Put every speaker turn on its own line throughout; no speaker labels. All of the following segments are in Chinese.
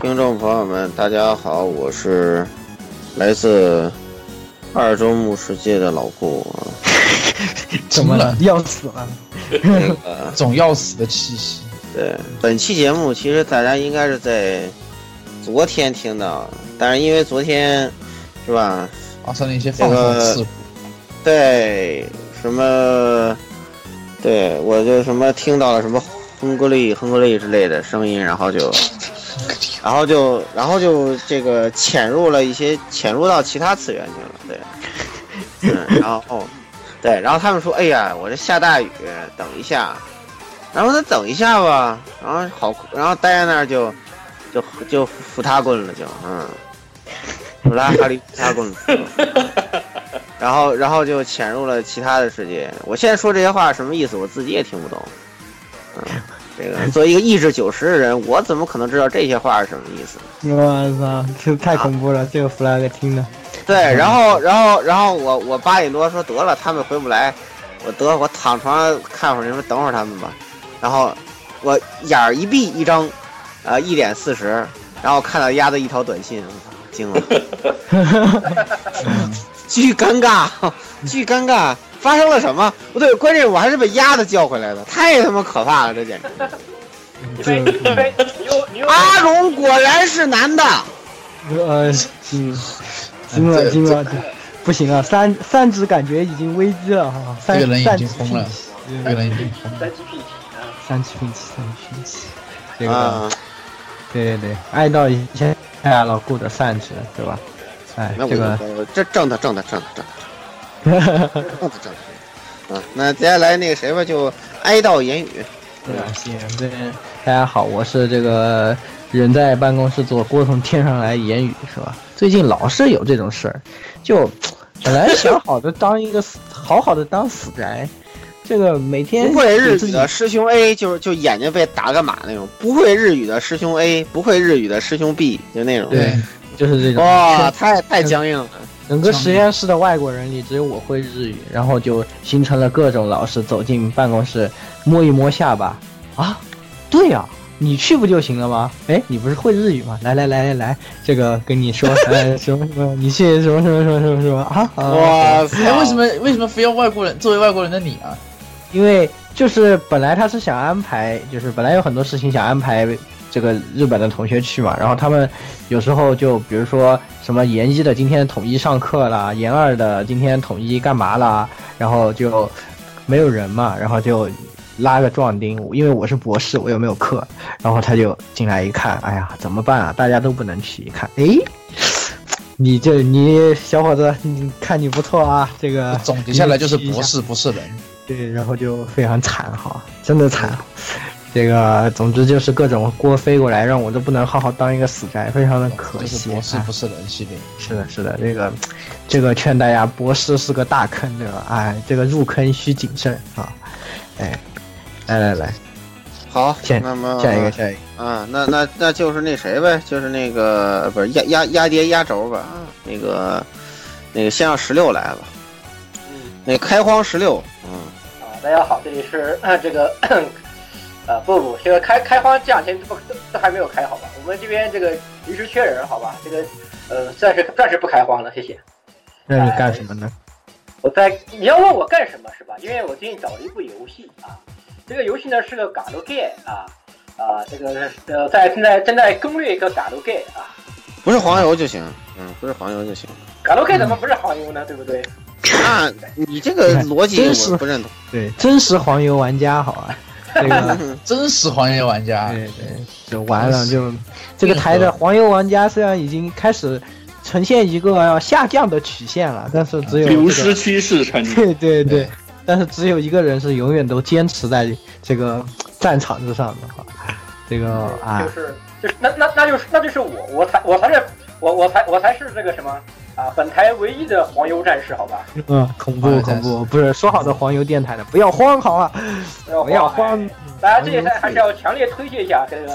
听众朋友们，大家好，我是来自二周目世界的老顾啊。
怎么了？ 要死了！
那个，
总要死的气息。
呃对，本期节目其实大家应该是在昨天听到，但是因为昨天是吧，
发生了一些
放纵的事对什么，对我就什么听到了什么哼咕哩哼咕哩之类的声音，然后就。然后就，然后就这个潜入了一些，潜入到其他次元去了，对，嗯，然后，对，然后他们说，哎呀，我这下大雨，等一下，然后他等一下吧，然后好，然后待在那儿就，就就扶他棍了，就，嗯，扶他哈利扶他棍了，然后，然后就潜入了其他的世界。我现在说这些话什么意思，我自己也听不懂，嗯。这个作为一个意志九十的人，我怎么可能知道这些话是什么意思？
我操，这太恐怖了！这个 flag 听的，
对，然后，然后，然后我我八点多说得了，他们回不来，我得我躺床上看会儿，你们等会儿他们吧。然后我眼儿一闭一睁，呃，一点四十，然后看到鸭子一条短信，我操惊了， 巨尴尬，巨尴尬，发生了什么？不对，关键我还是被鸭子叫回来的，太他妈可怕了，这简直。
这
阿龙果然是男的。
呃，嗯，惊了惊了，不行了，三三指感觉已经危机了哈。三
这个人已
三
经
指
疯了
痞气，
这个人已经疯了。
三指平气，三指平气。这个、
啊，
对对对，爱到以前哎呀老顾的三指，对吧？哎，
那我
这个
就这正的正的正的正的 正的正的。啊，那接下来那个谁吧，就哀悼言语。
对啊，行，对，大家好，我是这个人在办公室坐，锅从天上来，言语是吧？最近老是有这种事儿，就本来想好的当一个死好好的当死宅，这个每天
不会日啊
给自
语
己
的师兄 A 就是就眼睛被打个码那种，不会日语的师兄 A，不会日语的师兄 B，就那种。
对，就是这种
哇，太太僵硬了。
整个实验室的外国人里只有我会日语，然后就形成了各种老师走进办公室摸一摸下巴啊，对呀、你去不就行了吗？哎，你不是会日语吗？来来来来来，这个跟你说， 呃，什么什么，你去什么什么什么什么什么啊？啊
哇塞！
哎，为什么为什么非要外国人？作为外国人的你啊，
因为就是本来他是想安排，就是本来有很多事情想安排这个日本的同学去嘛，然后他们有时候就比如说什么研一的今天统一上课啦，研二的今天统一干嘛啦，然后就没有人嘛，然后就拉个壮丁，因为我是博士，我又没有课，然后他就进来一看，哎呀，怎么办啊？大家都不能去，一看，诶，你这你小伙子，你看你不错啊，这个
总结下来就是
你去一下
不是不是人。
对，然后就非常惨哈，真的惨。这个，总之就是各种锅飞过来，让我都不能好好当一个死宅，非常的可
就
惜。
是博士
哎
不是人系列，
是的，是的，这个，这个劝大家，博士是个大坑，对吧？哎，这个入坑需谨慎啊。哎，来来来，
好，
下
那么
下一个，下一个。
啊，那那那就是那谁呗，就是那个不是压压压跌压轴吧，啊那个那个先让十六来吧，
嗯
那个开荒十六，嗯。
啊，大家好，这里是、呃、这个，呃，不不，这个开开荒这两天都不都都还没有开，好吧？我们这边这个临时缺人，好吧？这个呃，暂时暂时不开荒了，谢谢。
那你干什么呢？
我在你要问我干什么是吧？因为我最近找了一部游戏啊，这个游戏呢是个嘎罗 gay 啊啊，这个呃在正在正在攻略一个嘎罗 gay 啊，
不是黄油就行，嗯，不是黄油就行。
嘎罗 gay 怎么不是黄油呢？对不对？
那你这个逻辑
真是
我不认同。
对，真实黄油玩家好啊，这个。
真实黄油玩家，
对对，就完了，就这个台的黄油玩家虽然已经开始呈现一个要下降的曲线了，但是只有、这个、
流失趋势产 生。
对对对，但是只有一个人是永远都坚持在这个战场之上的哈，这个啊
就，是就是那那那就是那就是我，我才我才是我我才我才是这个什么啊，本台唯一的黄油战士，好吧？
嗯，恐怖恐怖，不是说好的黄油电台的，不要慌好吧， 不要慌，
呃大家这一代还是要强烈推荐一下这个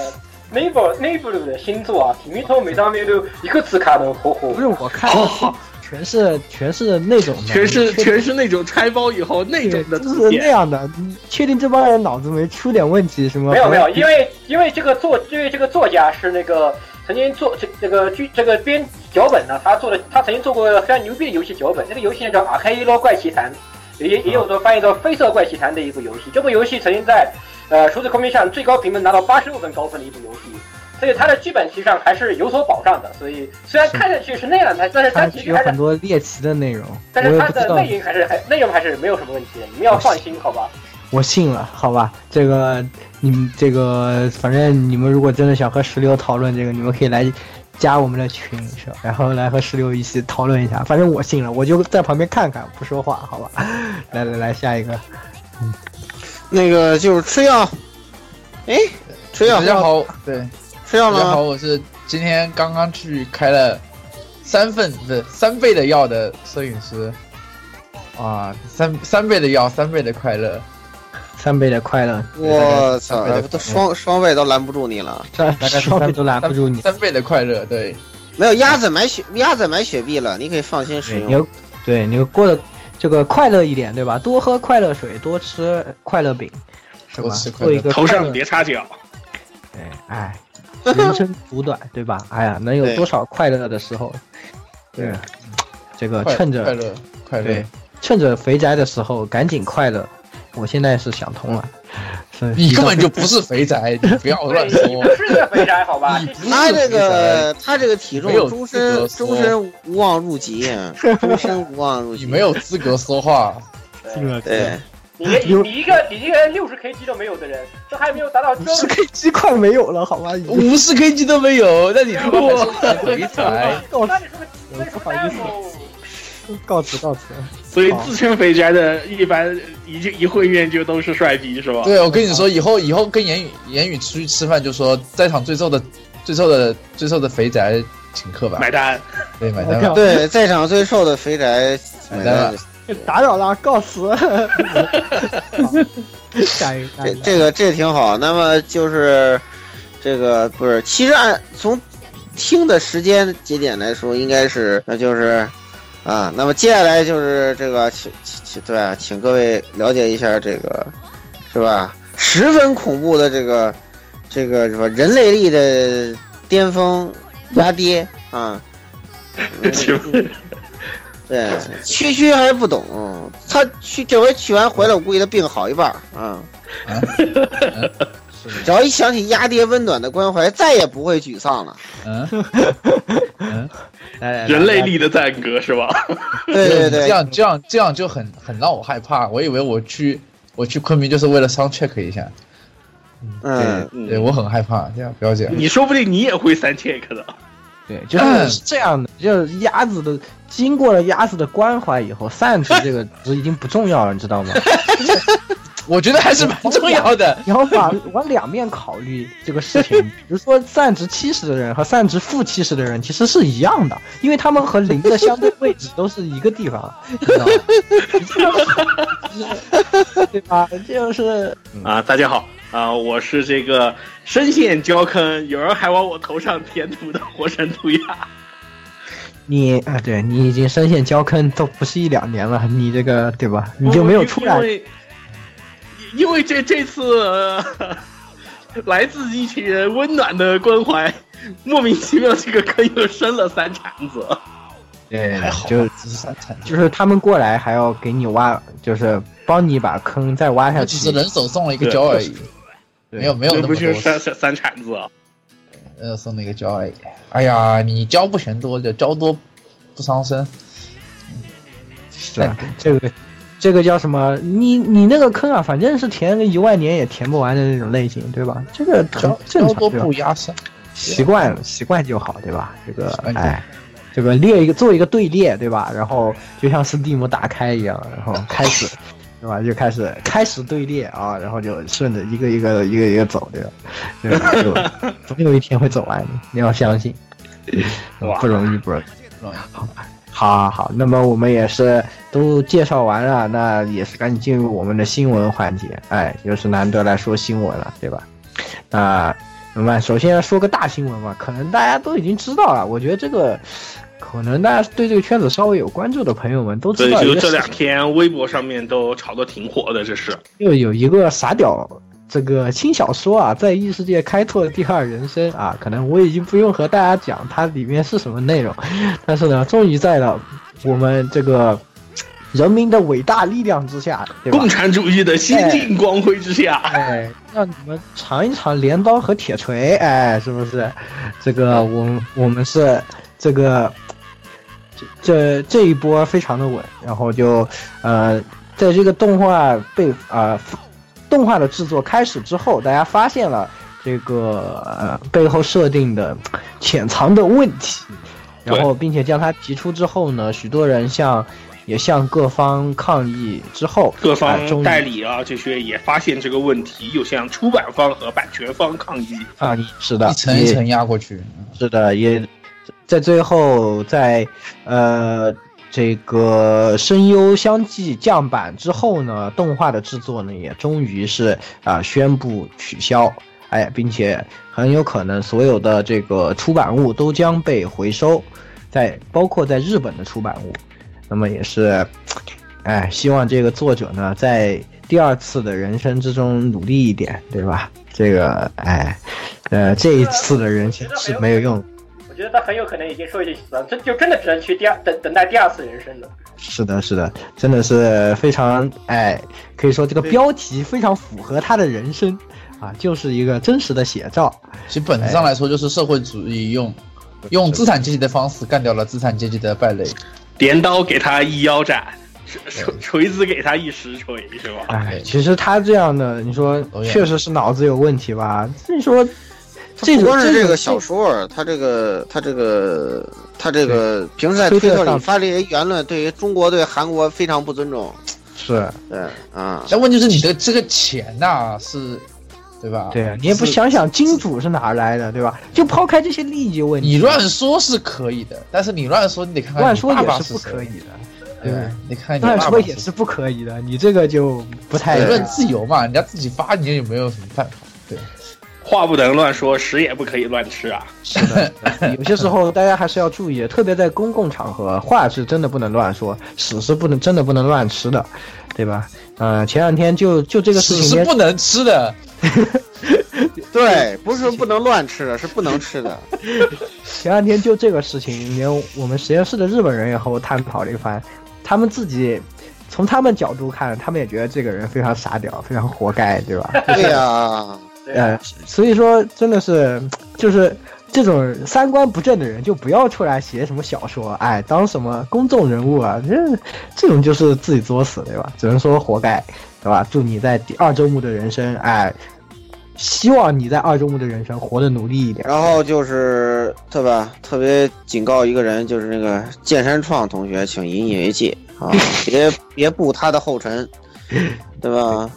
Naver Naver 的新作啊，《米头美当美六》，一个字卡能火火
不。是我 看的是全是全是那种的，
全是全是那种拆包以后那种的
就
图
是那
片，
样的，你确定这帮人脑子没出点问题什么？
没有没有，因为因为这个作因为这个作家是那个曾经做这这个剧这个编脚本呢，他做的他曾经做过非常牛逼的游戏脚本，那个游戏呢叫《阿开伊罗怪奇谭》，也也也有说翻译到《绯色怪奇谭》的一部游戏。这部游戏曾经在呃数字空间上最高评分拿到八十六分高分的一部游戏。所以它的剧本其实上还是有所保障的，所以虽然看上去是那样的，但是它
它
其实
有
还是
很多猎奇的内容，我
但
也
是它
不知
的
道。
内容还是还内容还是没有什么问题的，你们要放心，好吧？
我信了，好吧，这个你们这个，反正你们如果真的想和石榴讨论这个，你们可以来加我们的群，是吧？然后来和石榴一起讨论一下。反正我信了，我就在旁边看看，不说话，好吧？ 来来来，下一个，
那个就是吃药，哎，吃药
大家好，对，
吃药
大家
了
好，
吗？
我是今天刚刚去开了三份不是三倍的药的摄影师，啊，三三倍的药，三倍的快乐，
三倍的快乐，
我操
对大概，嗯
都双双倍都拦不住你了。
这
大概是
双倍都拦
三
不住你。
三倍的快乐，对，
没有鸭子买雪鸭子买雪碧了，你可以放心使
哎
对，你
用。
要对你要过得这个快乐一点，对吧？多喝快乐水，多吃快乐饼，是吧
多吃？快乐
做一个
头
快乐
上别插脚。
哎哎，人生苦短，对吧？哎呀，能有
对
多少快乐的时候？对，这个
快
呃趁
快
着
乐快乐
对，趁着肥宅的时候赶紧快乐。我现在是想通了，是
你根本就不是肥 宅，你不要乱
对，你
说
不，是个肥宅，好吧？
你
谢
不
谢
是
他
肥宅，
这个他这个体重
没有
终
资格说
身终身无望入籍，终身无望入
你
籍。
没有资格说话，
了
对，
你你你一个你一个六十 kg 都没有的人，都还没有达到标
十
准，
K 鸡快没有了，好吗？已经
五十 KG 都没有，那你他妈还说你 肥宅？
告辞
那你说个那你说个 demo，
告辞告辞。
所以自称肥宅的，一般一就一会面就都是帅逼，是吧？
对，我跟你说，以后以后跟言语言语出去吃饭，就说在场最瘦的最瘦的最瘦的肥宅请客吧，
买单。
对，买单吧。
对，在场最瘦的肥宅
买
买
单
单
了。
打扰了，告辞。下一个，下
这
一个，
这个这挺好。那么就是这个不是，其实按从听的时间节点来说，应该是那就是啊，那么接下来就是这个，请请请对啊，请各位了解一下这个是吧？十分恐怖的这个这个什么人类力的巅峰压跌啊！
请问
对，区区还不懂，他去这回去完回来，我估计他病好一半儿啊。
是的
只要一想起鸭爹温暖的关怀，再也不会沮丧了。
嗯，嗯，
来来来
人类力的赞歌是 吧？
对对
这
对，
样这样这样就很很让我害怕。我以为我去我去昆明就是为了 sound check 一下，
嗯，
对我很害怕，这样不要这样。
你说不定你也会三 check 的。
对，
嗯
就是是这样的，就是鸭子的经过了鸭子的关怀以后，散值这个 值已经不重要了，你知道吗？
我觉得还是蛮重
啊
要的。
你要把往两面考虑这个事情，比如说散值七十的人和散值负七十的人其实是一样的，因为他们和零的相对位置都是一个地方，你知道吗？对吧？就是
啊，大家好啊，我是这个深陷礁坑，有人还往我头上填土的火神涂鸦。
你啊，对你已经深陷礁坑都不是一两年了，你这个对吧？你就没有出来
因，为 因为这这次、呃来自一群人温暖的关怀，莫名其妙这个坑又深了三铲子。
对
还，好吧，
就
只是三层，
就是他们过来还要给你挖，就是帮你把坑再挖下
他
去
只。是人手送了一个胶而已，
对
没有没有
这
那
不
么
就
多，
三三三铲子啊？
人手呃送了一个胶而已。哎呀，你胶不嫌多，就胶多不伤身。
是 啊，这个这个叫什么？你你那个坑啊，反正是填个一万年也填不完的那种类型，对吧？这个很
胶
正
胶
常，
多
对吧
不压身。
习惯了习惯就好，对吧？这个
习惯就好
哎，这个列一个做一个队列，对吧？然后就像 Steam 打开一样，然后开始，对吧？就开始开始队列啊，然后就顺着一个一个一个一个走，对吧？对吧 就总有一天会走完的，你要相信，嗯不容易，不容易。
容易
好吧，好，好，那么我们也是都介绍完了，那也是赶紧进入我们的新闻环节。哎，又是难得来说新闻了，对吧？那那么首先说个大新闻吧，可能大家都已经知道了。我觉得这个，可能大家对这个圈子稍微有关注的朋友们都
所
知
以
道一
就这
个事
两
情，
天微博上面都炒得挺火的，这是。
又有一个傻屌。这个轻小说啊，在异世界开拓第二人生啊，可能我已经不用和大家讲它里面是什么内容， 但是呢，终于在了我们这个人民的伟大力量之下，对吧
共？产主义的先进光辉之下，
哎，让你们尝一尝镰刀和铁锤，哎，是不是？这个
嗯
我们我们是这个这这这一波非常的稳，然后就呃，在这个动画被啊、动画的制作开始之后，大家发现了这个呃背后设定的潜藏的问题，然后并且将它提出之后呢，许多人向也向各方抗议之后，
各
啊终
方
于
代理啊这些也发现这个问题，又向出版方和版权方抗议。
抗议，是的，
一层一
也
层压过去。
是的，也在最后在呃这个声优相继降版之后呢，动画的制作呢也终于是啊、宣布取消，哎，并且很有可能所有的这个出版物都将被回收，在包括在日本的出版物，那么也是，哎，希望这个作者呢在第二次的人生之中努力一点，对吧？这个哎，呃，这一次的人生是没有用。
我觉得他很有可能已经说一句死了，这就真的只能去第二等等待第二次人生了。
是的，是的，真的是非常哎，可以说这个标题非常符合他的人生啊，就是一个真实的写照。
其实本质上来说，就是社会主义用用资产阶级的方式干掉了资产阶级的败类。
镰刀给他一腰斩，锤锤锤子给他一实锤，是吧？
哎，其实他这样的，你说
导演
确实是脑子有问题吧？你说
它
这
不
种
光是
这
这
种
个小说，它这个它这个它这个平时在
推
推
特
特
上
里发这些言论，对于中国对韩国非常不尊重。
是
对啊，
但问题是，你的这个钱呐、是，对吧？
对，啊你也不
是
想想金主是哪儿来的，对吧？就抛开这些利益问题，
你乱说是可以的，但是你乱说，你得看看
乱
你
说
爸
也
爸
是不
谁
可以的，
对吧
对，
你看看你
乱
爸
说
爸
也是不可以的，你这个就不太
言论自由嘛，人家自己发，你也没有什么办法。
话不能乱说，屎也不可以乱吃啊！
是 的，有些时候大家还是要注意，特别在公共场合，话是真的不能乱说，屎是不能真的不能乱吃的，对吧？呃，前两天就就这个事
屎
情
是
也
不能吃的，
对，不是不能乱吃的，是不能吃 的。
前两天就这个事情，连我们实验室的日本人也和我探讨了一番，他们自己从他们角度看，他们也觉得这个人非常傻屌，非常活该，对吧？
对呀、
对吧，
呃，所以说真的是，就是这种三观不正的人，就不要出来写什么小说，哎，当什么公众人物啊，这这种就是自己作死，对吧？只能说活该，对吧？祝你在第二周目的人生，哎，希望你在二周目的人生活得努力一点。
然后就是对吧？特别警告一个人，就是那个剑山创同学，请引以为戒 啊，别别步他的后尘，对吧？
哎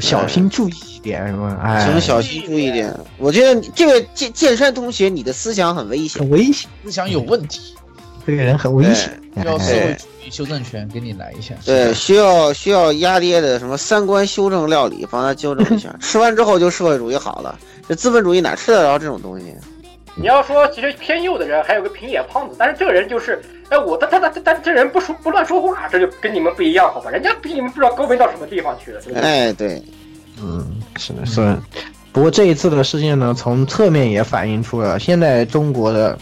小心注意一点，什么哎，
请小心注意点。我觉得你这位剑剑山同学，你的思想很危险
很。危险，
思想有问题，
这个人很危险。
要社
哎
会主义修正权给你来一下。
对，需要需要压爹的什么三观修正料理，帮他纠正 一下。吃完之后就社会主义好了，这资本主义哪吃得着这种东西？
你要说其实偏右的人还有个平野胖子，但是这个人就是，哎，我但他他但这人不说不乱说话，这就跟你们不一样，
哎
好吧？人家比你们不知道高明到什么地方去了。对不对
哎，对，
嗯，是的，是的。不过这一次的事件呢，从侧面也反映出了现在中国的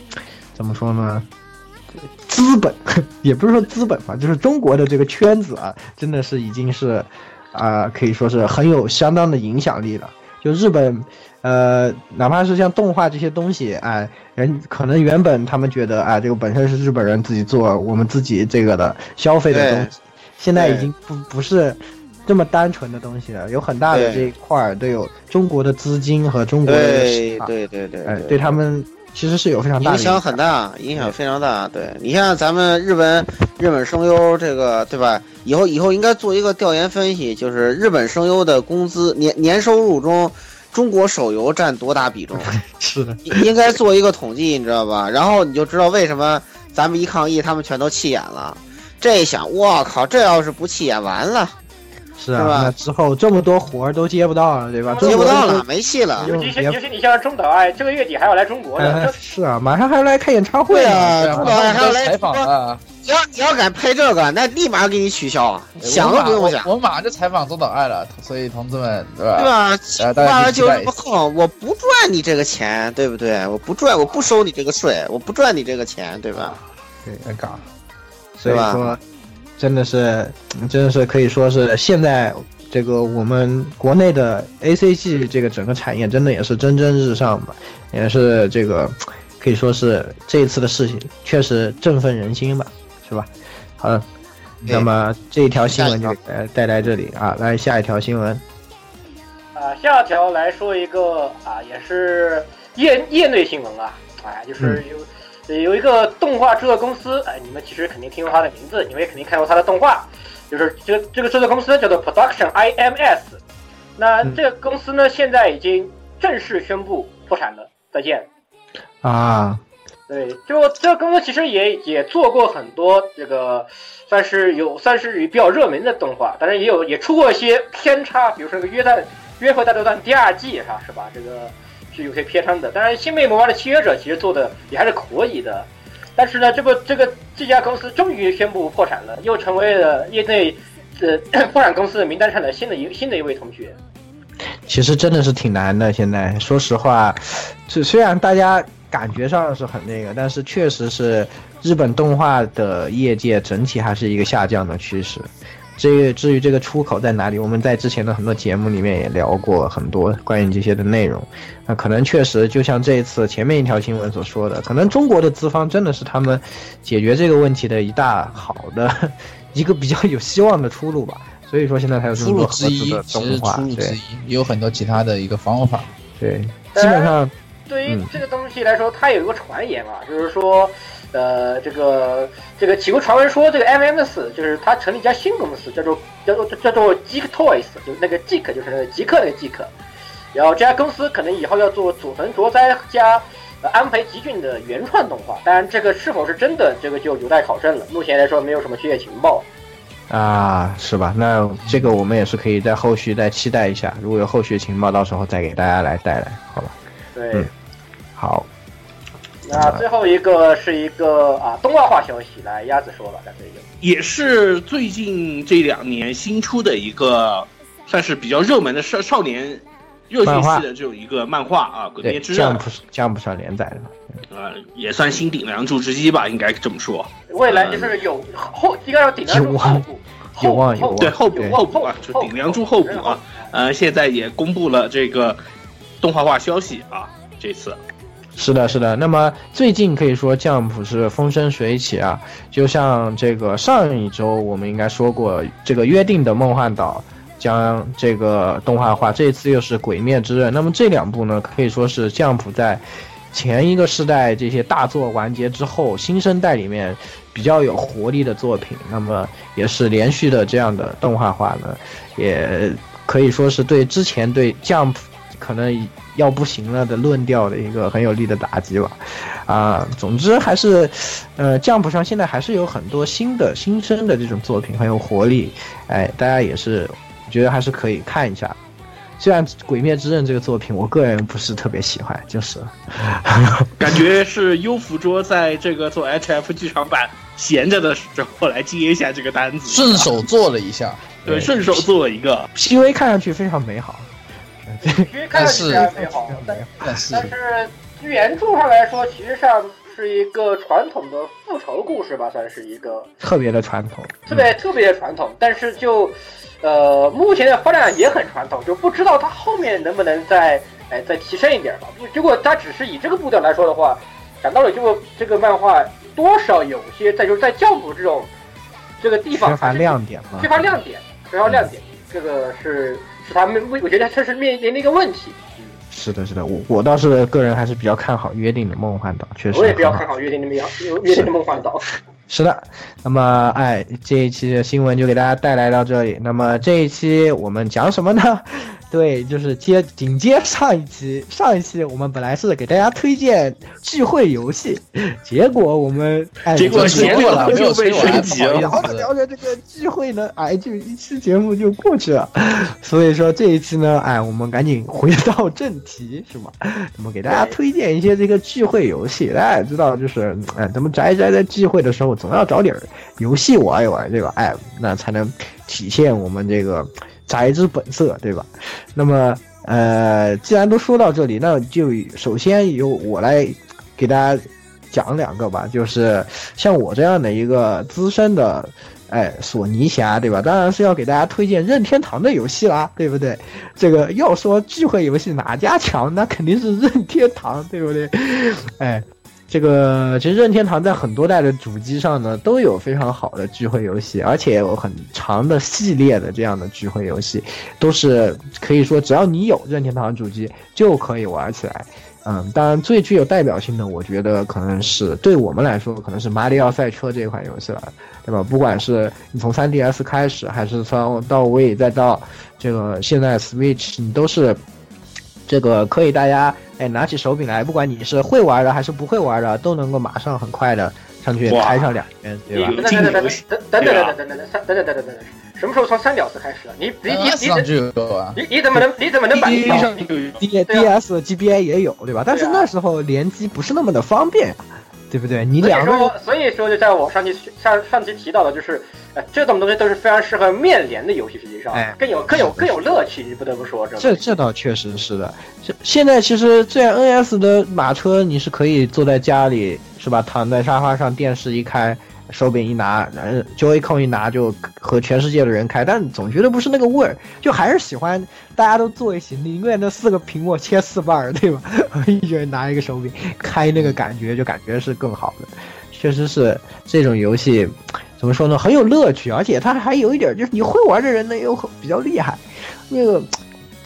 怎么说呢？资本 也不是说资本吧，就是中国的这个圈子啊，真的是已经是啊、可以说是很有相当的影响力了。就日本，呃，哪怕是像动画这些东西，啊、人可能原本他们觉得啊、这个本身是日本人自己做，我们自己这个的消费的
对
东西，现在已
对
经不不是这么单纯的东西了，有很大的这
对
一块儿都有中国的资金和中国的
对
市场，
对对对，
哎，对他们其实是有非常大的
影响很大，影响非常大。对你像咱们日本日本声优这个，对吧？以后以后应该做一个调研分析，就是日本声优的工资年年收入中，中国手游占多大比重？
是的，
应应该做一个统计，你知道吧？然后你就知道为什么咱们一抗议，他们全都气眼了。这一想，我靠，这要是不气眼，完了，
是
是吧
啊，那之后这么多活儿都接不到了，对吧？
接不到
中
了，
国
没戏了。
尤其是尤其你像中岛爱，这个月底还要来中国
都。哎
呢，，
是啊，马上还要来开演唱会
对
呢，
啊，
对啊，
朱
我
导还要
们
来啊
采访
说
了，
你要你要敢拍这个，那立马给你取消啊！想
我
都
马
不用想，
我我马上就采访周导爱了，所以同志们，对
对
吧？
吧？
呃大家
八
可
二
以期
九
待
这
一
么
下
横，我不赚你这个钱，对不对？我不赚，我不收你这个税，我不赚你这个钱，对吧？
对，
尴尬，
所以
对吧
说，真的是，真的是可以说是现在这个我们国内的 A C G 这个整个产业真的也是蒸蒸日上吧，也是这个可以说是这一次的事情确实振奋人心吧，是吧？好了，
对
那么这一条新闻就
下
给大家带来这里啊，来下一条新闻，
啊，下条来说一个啊，也是业业内新闻啊，啊，就是有、呃有一个动画制作公司，哎、你们其实肯定听过它的名字，你们也肯定看过它的动画，就是这这个制作公司叫做 Production IMS，那
嗯
这个公司呢，现在已经正式宣布破产了，再见。
啊，
对，就这个公司其实也也做过很多这个，算是有算是比较热门的动画，当然也有也出过一些偏差，比如说那个约旦约会大作战第二季啥是吧？这个是有些偏差的。当然，《新魅魔王的契约者》其实做的也还是可以的，但是呢，这个这个这家公司终于宣布破产了，又成为了业内呃 破产公司的名单上的新的一新的一位同学。
其实真的是挺难的。现在说实话，虽虽然大家感觉上是很那个，但是确实是日本动画的业界整体还是一个下降的趋势。这个至于这个出口在哪里，我们在之前的很多节目里面也聊过很多关于这些的内容。那可能确实就像这一次前面一条新闻所说的，可能中国的资方真的是他们解决这个问题的一大好的 一个比较有希望的出路吧。所以说现在才有这
出
么多
路
合
之
资
一
的，
只
动
是
画，
出路
对
之一，也有很多其他的一个方法。
对，基本上
对于
嗯
这个东西来说，它有一个传言啊，就是说，呃，这个这个起过传闻说，这个 MMS 就是它成立一家新公司，叫做叫做叫做 Geek Toys，就是那个 Geek 就是那个极客那个 Geek，然后这家公司可能以后要做佐藤卓哉加、呃、安培吉俊的原创动画，当然这个是否是真的，这个就有待考证了。目前来说，没有什么确切情报。
啊，是吧？那这个我们也是可以在后续再期待一下，如果有后续情报，到时候再给大家来带来，好吧？
对，
嗯好，
那最后一个是一个啊动画化消息，来鸭子说吧，来这个。
也是最近这两年新出的一个，算是比较热门的少少年热血系的这种一个漫画啊，《鬼灭
对，
之
这样
刃
不是这样不算连载的，》
呃，也算新顶梁柱之一吧，应该这么说。
未来就是有后应该要顶得住后补，
有望
后
有望
对后
对
补后补啊，就顶梁柱后补啊。。呃，现在也公布了这个动画化消息啊，这次
是的，是的。那么最近可以说 Jump 是风生水起啊，就像这个上一周我们应该说过，这个约定的梦幻岛将这个动画化，这次又是鬼灭之刃。那么这两部呢，可以说是 Jump 在前一个世代这些大作完结之后，新生代里面比较有活力的作品。那么也是连续的这样的动画化呢，也可以说是对之前对 Jump 可能要不行了的论调的一个很有力的打击吧。啊、总之还是，呃，Jump 上现在还是有很多新的新生的这种作品很有活力，哎，大家也是我觉得还是可以看一下。虽然《鬼灭之刃》这个作品，我个人不是特别喜欢，就是了，
感觉是优福桌在这个做 HF 剧场版闲着的时候来接一下这个单子，啊
顺手做了一下，
对顺手做一个。啊
PV 看上去非常美好，
其实看上去非常美好，但
但是
但是原著上来说，其实上是一个传统的复仇故事吧，算是一个
特别的传统。嗯
特别特别传统，但是就呃目前的发展也很传统，就不知道它后面能不能再哎再提升一点吧。就结果它只是以这个步调来说的话，讲道理就这个漫画多少有些在就是在教辅这种这个地方
缺乏亮点嘛
缺。乏亮点，缺乏亮点，这个是是他们我觉得这是面临的一个问题。
是的，是的，我我倒是个人还是比较看好约定的梦幻岛，确实
我也比较
很好
看好《约定的梦幻约定的梦幻岛》。
是的，那么哎，这一期的新闻就给大家带来到这里。那么这一期我们讲什么呢？ 对，就是接紧接上一期，上一期我们本来是给大家推荐聚会游戏，结果我们哎，
结果
就是
闲
过
聊
了，没
就
有
被
催我
升
来，
级
不好意
了。
聊着聊着这个聚会呢，哎，就一期节目就过去了。 所以说这一期呢，哎，我们赶紧回到正题， 是吧？那么给大家推荐一些这个聚会游戏，大家也知道，就是哎，咱们宅宅在聚会的时候，总要找点儿游戏玩一玩，对吧？哎，那才能体现我们这个宅之本色，对吧？那么呃，既然都说到这里，那就首先由我来给大家讲两个吧，就是像我这样的一个资深的。哎，索尼侠对吧？当然是要给大家推荐任天堂的游戏啦，对不对？这个要说聚会游戏哪家强，那肯定是任天堂，对不对？哎，这个其实任天堂在很多代的主机上呢，都有非常好的聚会游戏，而且有很长的系列的这样的聚会游戏，都是可以说只要你有任天堂主机就可以玩起来。嗯，当然最具有代表性的，我觉得可能是对我们来说，可能是《马里奥赛车》这款游戏了，对吧？不管是你从 3DS 开始，还是从到 Wii 再到这个现在 Switch，你都是这个可以大家哎拿起手柄来，不管你是会玩的还是不会玩的，都能够马上很快的上去
哇
开上两圈，对吧
一
等等等等等等等等等等等等等
个经典游戏
等等等等等，什么时候从三屌丝开始啊了？你你
刚
呃
你
刚上
你
就有啊，
你你怎么能你怎么能把
一上就有
？D D
对
S G B A 也有，对吧？但是那时候联机不是那么的方便呀，对不对？你
所以
两个人
说所以说就在我上期上上期提到的，就是呃这种东西都是非常适合面连的游戏，实际上
哎
更有更有更有乐趣，你不得不说这
这这倒确实是的。这现在其实虽然 NS 的马车你是可以坐在家里是吧，躺在沙发上，电视一开，手柄一拿，然后 Joy-Con 一拿就和全世界的人开，但总觉得不是那个味儿，就还是喜欢大家都坐一起，宁愿那四个屏幕切四半儿，对吧？ 一人拿一个手柄开，那个感觉就感觉是更好的。确实是这种游戏，怎么说呢，很有乐趣，而且它还有一点儿就是你会玩的人呢又很比较厉害，那个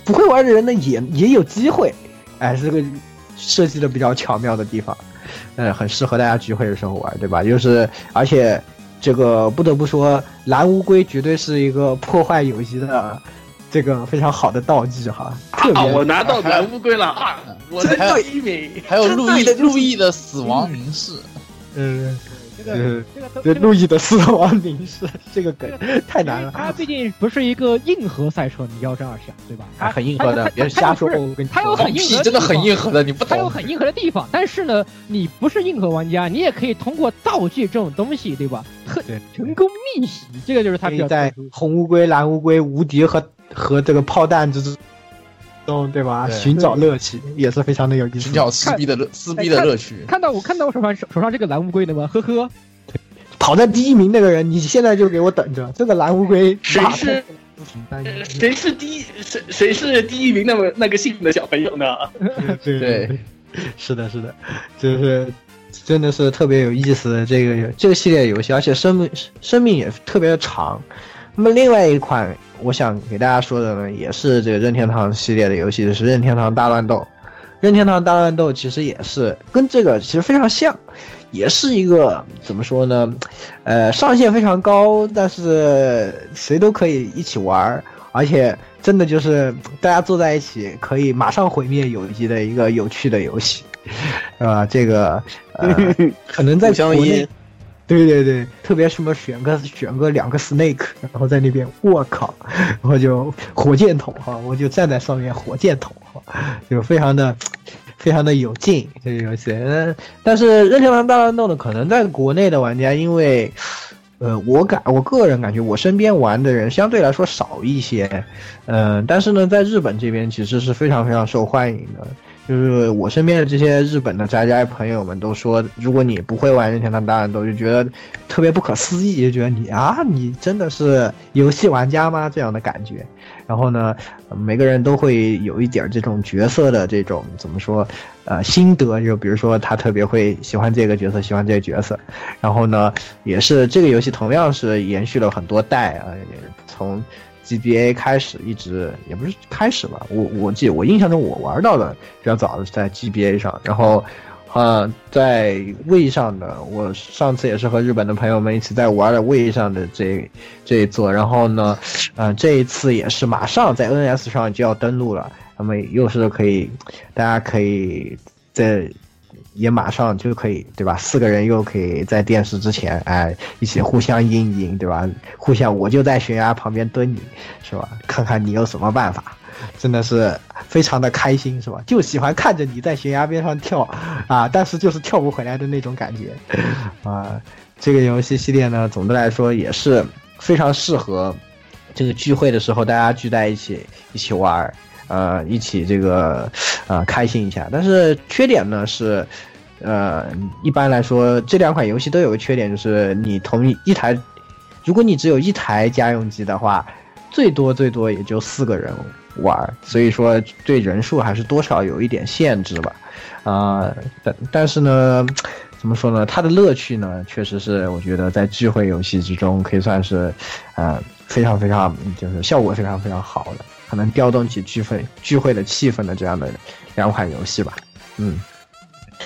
不会玩的人呢也也有机会，哎，是个设计的比较巧妙的地方，嗯，很适合大家聚会的时候玩，对吧？就是而且这个不得不说，蓝乌龟绝对是一个破坏友谊的这个非常好的道具哈，特别、
啊！我拿到蓝乌龟了啊！我的第一名，
还有路易路易的死亡凝视，
嗯。
这
嗯
个这个
对
这
路易的死亡凝视这个梗太难
个，
了，
它毕竟不是一个硬核赛车，你要这样想，对吧？它
哎很硬核的，别瞎说。我跟你
它有
说，
很硬核
屁
的，
真的很硬核的，你不
它有
懂。
很硬核的地方，但是呢，你不是硬核玩家，你也可以通过道具这种东西，对吧？特
对，
成功逆袭，这个就是它
可
比
以
较
在
特殊
红乌龟、蓝乌龟、无敌和和这个炮弹之中，对吧？
对
寻找乐趣也是非常的有意思
寻。找撕逼的乐撕逼的乐趣，
看到我看到我手上手手上这个蓝乌龟了吗？呵呵，
跑在第一名那个人，你现在就给我等着！这个蓝乌龟
谁
马
是
上就
谁是第一谁谁是第一名那么那个幸运的小朋友呢？
对
对，
是的，是的，就是真的是特别有意思的这个这个系列游戏，而且生命生命也特别的长。那么另外一款我想给大家说的呢，也是这个任天堂系列的游戏，就是《任天堂大乱斗》。任天堂大乱斗其实也是跟这个其实非常像，也是一个怎么说呢，呃，上限非常高，但是谁都可以一起玩儿，而且真的就是大家坐在一起可以马上毁灭友谊的一个有趣的游戏， 是吧？这个 呃，可能在
互相
国内
阴。
对对对，特别什么选个选个两个 snake，然后在那边，我靠，我就火箭筒哈，我就站在上面火箭筒哈，就非常的非常的有劲呃这个游戏。嗯，但是任天堂大乱斗呢，可能在国内的玩家因为呃，我感我个人感觉，我身边玩的人相对来说少一些，呃，但是呢，在日本这边其实是非常非常受欢迎的。就是我身边的这些日本的宅宅朋友们都说，如果你不会玩任天堂大乱斗，就觉得特别不可思议，就觉得你啊，你真的是游戏玩家吗？这样的感觉。然后呢，呃每个人都会有一点儿这种角色的这种怎么说，呃，心得。就比如说他特别会喜欢这个角色，喜欢这个角色。然后呢，也是这个游戏同样是延续了很多代啊，也从 GBA 开始一直也不是开始吧，我我记我印象中我玩到的比较早的是在 GBA 上，然后。呃，在 w 上的，我上次也是和日本的朋友们一起在玩了 w 上的这这一座，然后呢，呃，这一次也是马上在 NS 上就要登录了，那么又是可以，大家可以在也马上就可以，对吧？四个人又可以在电视之前，哎，一起互相阴一阴，对吧？互相我就在悬崖旁边蹲你，是吧？看看你有什么办法，真的是非常的开心，是吧？就喜欢看着你在悬崖边上跳，啊，但是就是跳不回来的那种感觉， 啊，这个游戏系列呢，总的来说也是非常适合这个聚会的时候大家聚在一起一起玩儿，呃，一起这个呃开心一下。但是缺点呢是，呃，一般来说这两款游戏都有个缺点，就是你同一一台，如果你只有一台家用机的话，最多最多也就四个人玩儿，所以说对人数还是多少有一点限制吧。啊、但但是呢，怎么说呢？它的乐趣呢，确实是我觉得在聚会游戏之中可以算是，呃，非常非常就是效果非常非常好的，可能调动起聚会聚会的气氛的这样的两款游戏吧。嗯，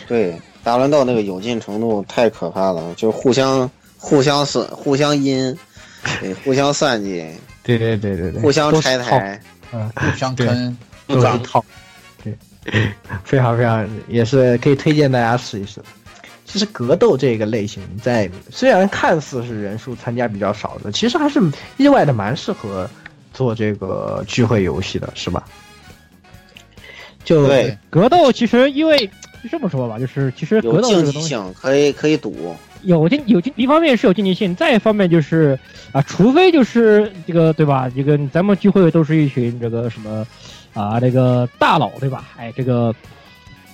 对，大乱斗那个有劲程度太可怕了，就互相互相损、互相阴，对，互相算计，
对对对对对，
互相
都是
拆
套
台。
互相坑，
都是套，对，非常非常也是可以推荐大家试一试。其实格斗这个类型在，虽然看似是人数参加比较少的，其实还是意外的蛮适合做这个聚会游戏的，是吧？就
对，
格斗其实因为就这么说吧，就是其实格
有
斗
竞
这个
技
东西。
性，可以可以赌，
有竞有竞，一方面是有竞技性，再一方面就是啊，除非就是这个对吧？这个咱们聚会都是一群这个什么啊，这个大佬对吧？哎，这个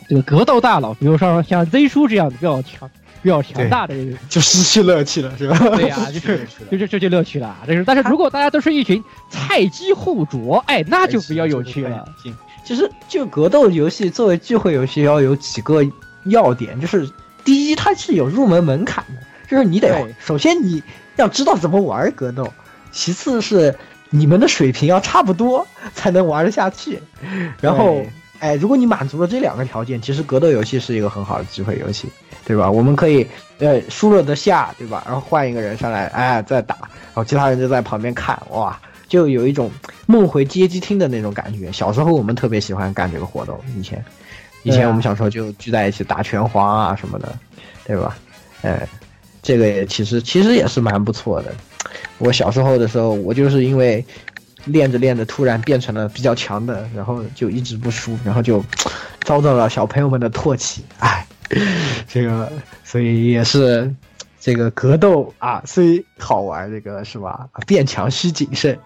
这个格斗大佬，比如说像 Z 叔这样的比较强、比较强大的这个，
就失去乐趣了，是吧？
对呀、 就是就这这就乐趣了啊。但是但是如果大家都是一群菜鸡互啄，哎，那就比较有趣了。
其实就格斗游戏作为聚会游戏，要有几个要点，就是第一，它是有入门门槛的，就是你得
对
首先你要知道怎么玩格斗，其次是你们的水平要差不多才能玩得下去，然后
对。
哎，如果你满足了这两个条件，其实格斗游戏是一个很好的聚会游戏，对吧？我们可以，呃，输了的下，对吧？然后换一个人上来，哎，再打，然后其他人就在旁边看，哇，就有一种梦回街机厅的那种感觉。小时候我们特别喜欢干这个活动，以前，以
对
前
啊
我们小时候就聚在一起打拳皇啊什么的，对吧？哎，这个也其实其实也是蛮不错的。我小时候的时候，我就是因为练着练着，突然变成了比较强的，然后就一直不输，然后就遭到了小朋友们的唾弃。哎， 这个所以也是这个格斗啊，虽好玩，这个是吧？变强需谨慎，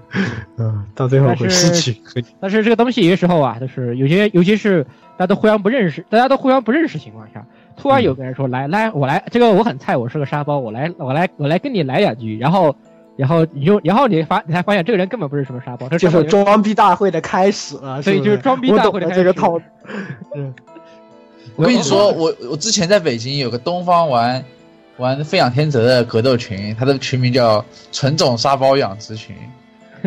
嗯，到最后会失去。
但是这个东西有些时候啊，就是有些，尤其是大家都互相不认识，大家都互相不认识情况下，突然有个人说：“来来，我来，这个我很菜，我是个沙包，我来，我来，我来跟你来两句。”然后，然后你就，然后你发，你才发现这个人根本不是什么沙包，这
就
沙包
是
人
装逼大会的开始了，
所以
不
就是装逼
我
大
懂
会的
了
开
这个
始
套路。
我跟你说，我我之前在北京有个东方玩玩飞扬天泽的格斗群，他的群名叫“纯种沙包养殖群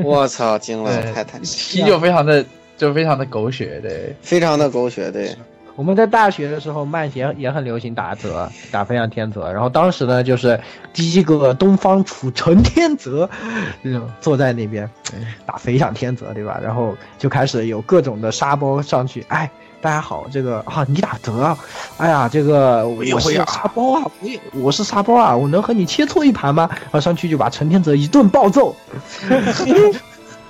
我操，惊”，了，太太
对，啤酒非常的就非常的狗血，对，
非常的狗血，对，
我们在大学的时候，慢鞋也很流行打折，打飞扬天泽。然后当时呢，就是第一个东方楚成天泽，那种坐在那边打飞扬天泽，对吧？然后就开始有各种的沙包上去，哎，大家好，这个啊，你打折啊，哎呀，这个我
也会
是
啊
沙包啊，我也我是沙包啊，我能和你切磋一盘吗？然后上去就 把陈天泽一顿暴揍，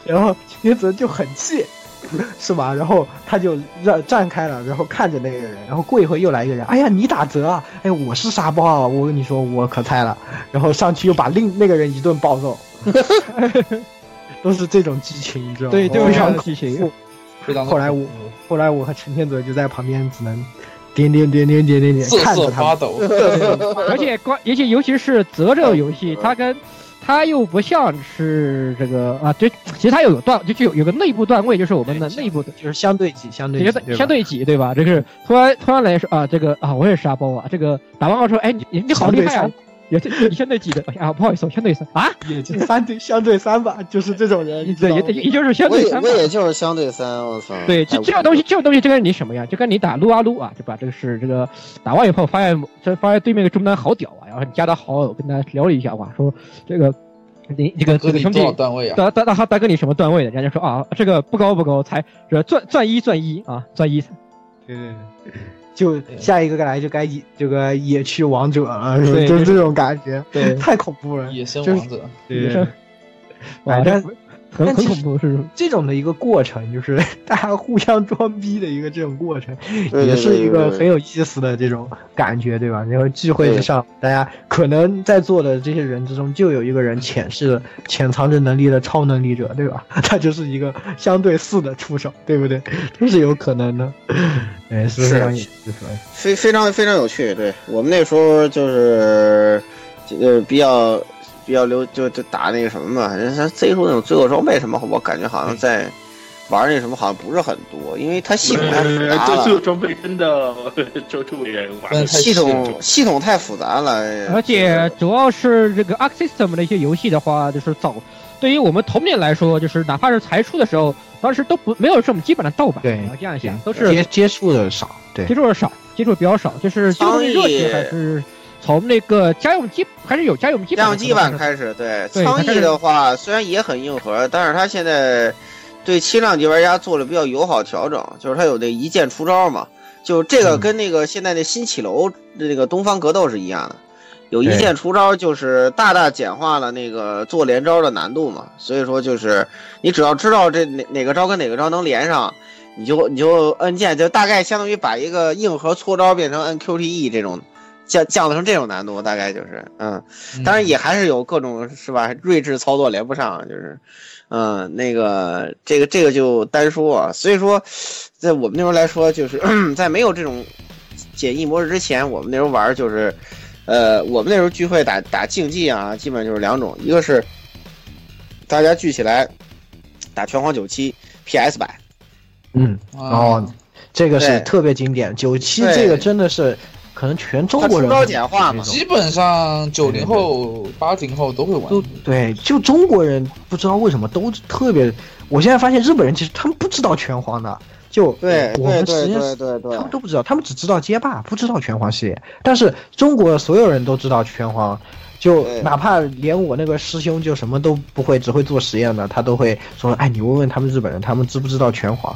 然后陈天泽就很气， 是吧？然后他就让站开了，然后看着那个人，然后过一会儿又来一个人，哎呀，你打折啊？哎，我是沙包啊！我跟你说，我可菜了。然后上去又把另那个人一顿暴揍， 都是这种剧情，你知道吗？
对，
非
对，
常
上
恐
剧情
怖。
非常的
后来我后来我和陈天泽就在旁边，只能点点点点点点点
瑟
看
瑟
着他
发
们。
抖。
而且关，而且尤其是泽这个游戏，它跟它又不像是这个啊，对，其实它有段，就就有有个内部段位，就是我们的内部的。
就是相对级，相对
也
级，
是相对挤，对吧？这是突然突然来说啊，这个啊，我也是沙包啊，这个打完后说，哎，你你你好厉害啊！也是你相对挤的，哎呀，不好意思，我相对三啊，
也就三对相对三吧，就是这种人，你知
对，
道
也
吗？
也就是相
我
对
也
三
我
嘛。
也就是相对三，我操！
对，这这种东西，这种东西就跟你什么样，就跟你打撸啊撸啊，对吧？这个是这个打完以后发现，这发现对面的中单好屌啊，然后你加他好友，跟他聊了一下哇，说这个你这个
哥，
这个
你
兄弟
多少段位啊？
大大大他大哥你什么段位的？人家就说啊，这个不高不高，才这钻钻一钻一啊，钻一。
对对对，就下一个来就该野这个野区王者了，
对
就这种感觉，
对
太恐怖了。
野生
就是
王者，
对 对
反
哇，
正
很很
但其实
恐怖，是
这种的一个过程，就是 大家互相装逼的一个这种过程，
对
也是一个
对对对
很有意思的这种感觉，对吧？然后聚会之上，大家可能在座的这些人之中，就有一个人潜是潜藏着能力的超能力者，对吧？ 他就是一个相对四的出手，对不对？都是有可能的，哎，是非常有意思的。
非非常非常有趣。对我们那时候就是呃比较比较流就就打那个什么嘛，人家 Z 出那种罪恶装备什么，我感觉好像在玩那什么好像不是很多，因为它系统
呃
太复杂
这这个
了。
装备真的 就特别玩
真
的
的太
系
慎重
统系统太复杂了，哎
而且主要是这个 Arc System 的一些游戏的话，就是早对于我们童年来说，就是哪怕是才出的时候，当时都不没有这么基本的盗版。
对
你要这样想，都是
接接触的少，对
接触的少，接触比较少，就是接触的热情还是从那个家用机还是有家用机
家用机版
开。
开始，对
对
苍
它开
翼
始
的话虽然也很硬核，但是它现在对轻量级玩家做了比较友好调整，就是它有那一键出招嘛，就是这
嗯
个跟那个现在那新起楼那个东方格斗是一样的，有一
对
键出招，就是大大简化了那个做连招的难度嘛，所以说就是你只要知道这哪哪个招跟哪个招能连上。你就你就按键就大概相当于把一个硬核搓招变成按 QTE E 这种降降成这种难度，大概就是嗯，当然也还是有各种是吧，睿智操作连不上，就是，嗯，那个这个这个就单说啊。所以说，在我们那时候来说，就是 在没有这种简易模式之前，我们那时候玩就是，呃，我们那时候聚会打打竞技啊，基本就是两种，一个是大家聚起来打拳皇九七 PS 版，
嗯，
啊
哦，，这个是
对
特别经典，九七
对
这个真的是可能全中
它
国
出
人
招简化嘛，
基本上九零后、八零后都会
都
玩。
对，就中国人不知道为什么都特别，我现在发现日本人其实他们不知道拳皇的，就
对
我
对
们实
对
验
对
室。
对对
他们，都不知道，他们只知道街霸，不知道拳皇系列。但是中国所有人都知道拳皇，就
对
哪怕连我那个师兄就什么都不会，只会做实验的，他都会说：“哎，你问问他们日本人，他们知不知道拳皇？”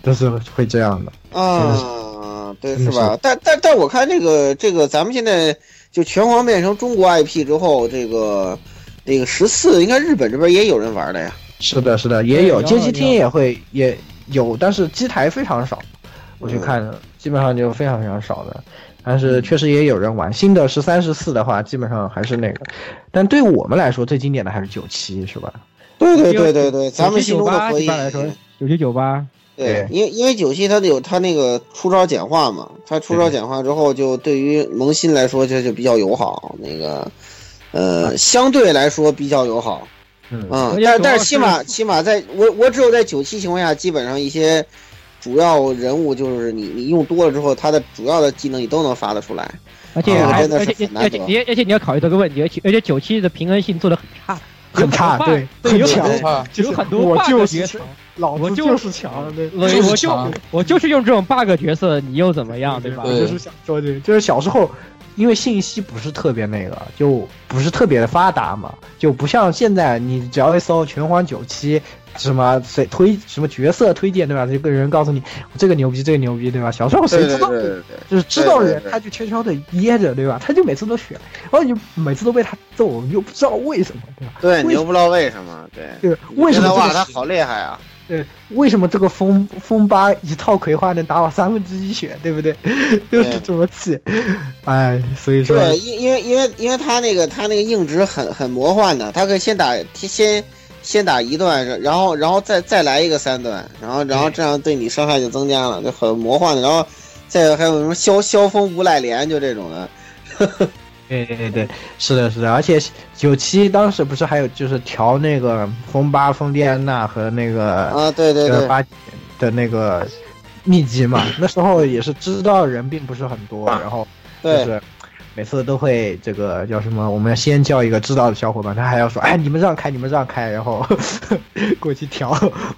都是会这样的。
啊，对，
真
是
的
吧？但但但我看这个这个，咱们现在就拳皇变成中国 IP 之后，这个这个十四，应该日本这边也有人玩的呀。
是的，是的，也有
然后
街机厅也会也有，但是机台非常少，我去看了，基本上就非常非常少的。但是确实也有人玩新的十三十四的话，基本上还是那个。但对我们来说，最经典的还是九七，是吧？
对
对
对
对对
对对
对
对，
咱
咱
们
们
心
心
中
中
的
的
回
回
忆嗯
忆。
九七九八，
对，因为因为九七它有它那个出招简化嘛，它出招简化之后，就对于萌新来说就就比较友好，那个呃相对来说比较友好。
啊嗯
嗯
而且，
但
主要是
但是起码起码在我我只有在九七情况下，基本上一些主要人物就是你你用多了之后，他的主要的技能你都能发得出来。
而且
啊
还
真的
而
是
且
很
而
难
且
得
而且而且你要考虑这个问题，而且而且九七的平衡性做的很差，
很差
有，
对，
对
很
有
强
很，
对
嗯
啊，
就是
有很多
我
bug
就
角
是
色
老
我
子
就
就是强，对，
我
就是
我
强
就我就是用这种 bug 角色，你又怎么样，对吧？
我
对
就是想说这个，就是小时候，因为信息不是特别那个，就不是特别的发达嘛，就不像现在，你只要一搜拳皇九七。什么谁推什么角色推荐对吧？这个人告诉你这个牛逼，这个牛逼对吧？小时候谁知道？
对，
就是知道的人
对对对
他就悄悄的掖着对吧？他就每次都选，然后你每次都被他揍，你又不知道为什么对吧？
对
为
你又不知道为什么，对。
就是为什
觉
么
得
这
哇，
个
他好厉害啊！
对，为什么这个风风八一套葵花能打我三分之一血，对不 对？就是这么气，哎，所以说
对，因因为因为因为他那个他那个硬直很很魔幻的，他可以先打先先打一段，然后然后再再来一个三段，然后然后这样对你伤害就增加了，就很魔幻的。然后再有还有什么萧萧风无赖莲就这种的，
对对对对，是的，是的，而且九七当时不是还有就是调那个风八、风蒂安娜和那个
啊对对
呃
对，
八的那个秘籍嘛，那时候也是知道人并不是很多，
啊
然后就
对
是每次都会这个叫什么，我们要先叫一个知道的小伙伴，他还要说哎你们让开，你们让开，然后 过去调，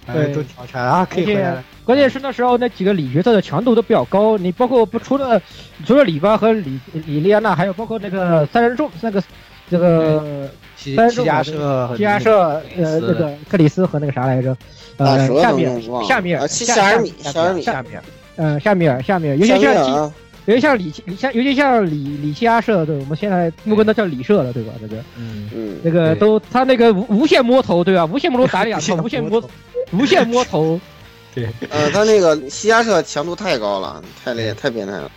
哎
对
都调出来了啊，可以回来了，
关键是那时候那几个里角色的强度都比较高，你包括不除了除了里巴和里里利安娜，还有包括那个三人众那个这个
七
但是
七家
我
社和
基亚社呃
嗯克里斯
那个克里斯和那个啥来着，
打
呃
舌头
夏
那
米
种忘
尔
了
夏米
啊
尔
夏
夏
尔
米
米夏尔米
下面
呃夏米尔夏米尔，尤其
夏米
像基
尔啊
尤其像李像像尤其像李李西亚社，对我们现在木棍都叫李社了，对吧？那个
嗯，
嗯，
那个
对
都他那个无无限摸头，对吧？无限摸头打 两套，
无
无
限
限
摸
摸
头
无限摸头，
呃，他那个西亚社强度太高了，太厉害太变态了。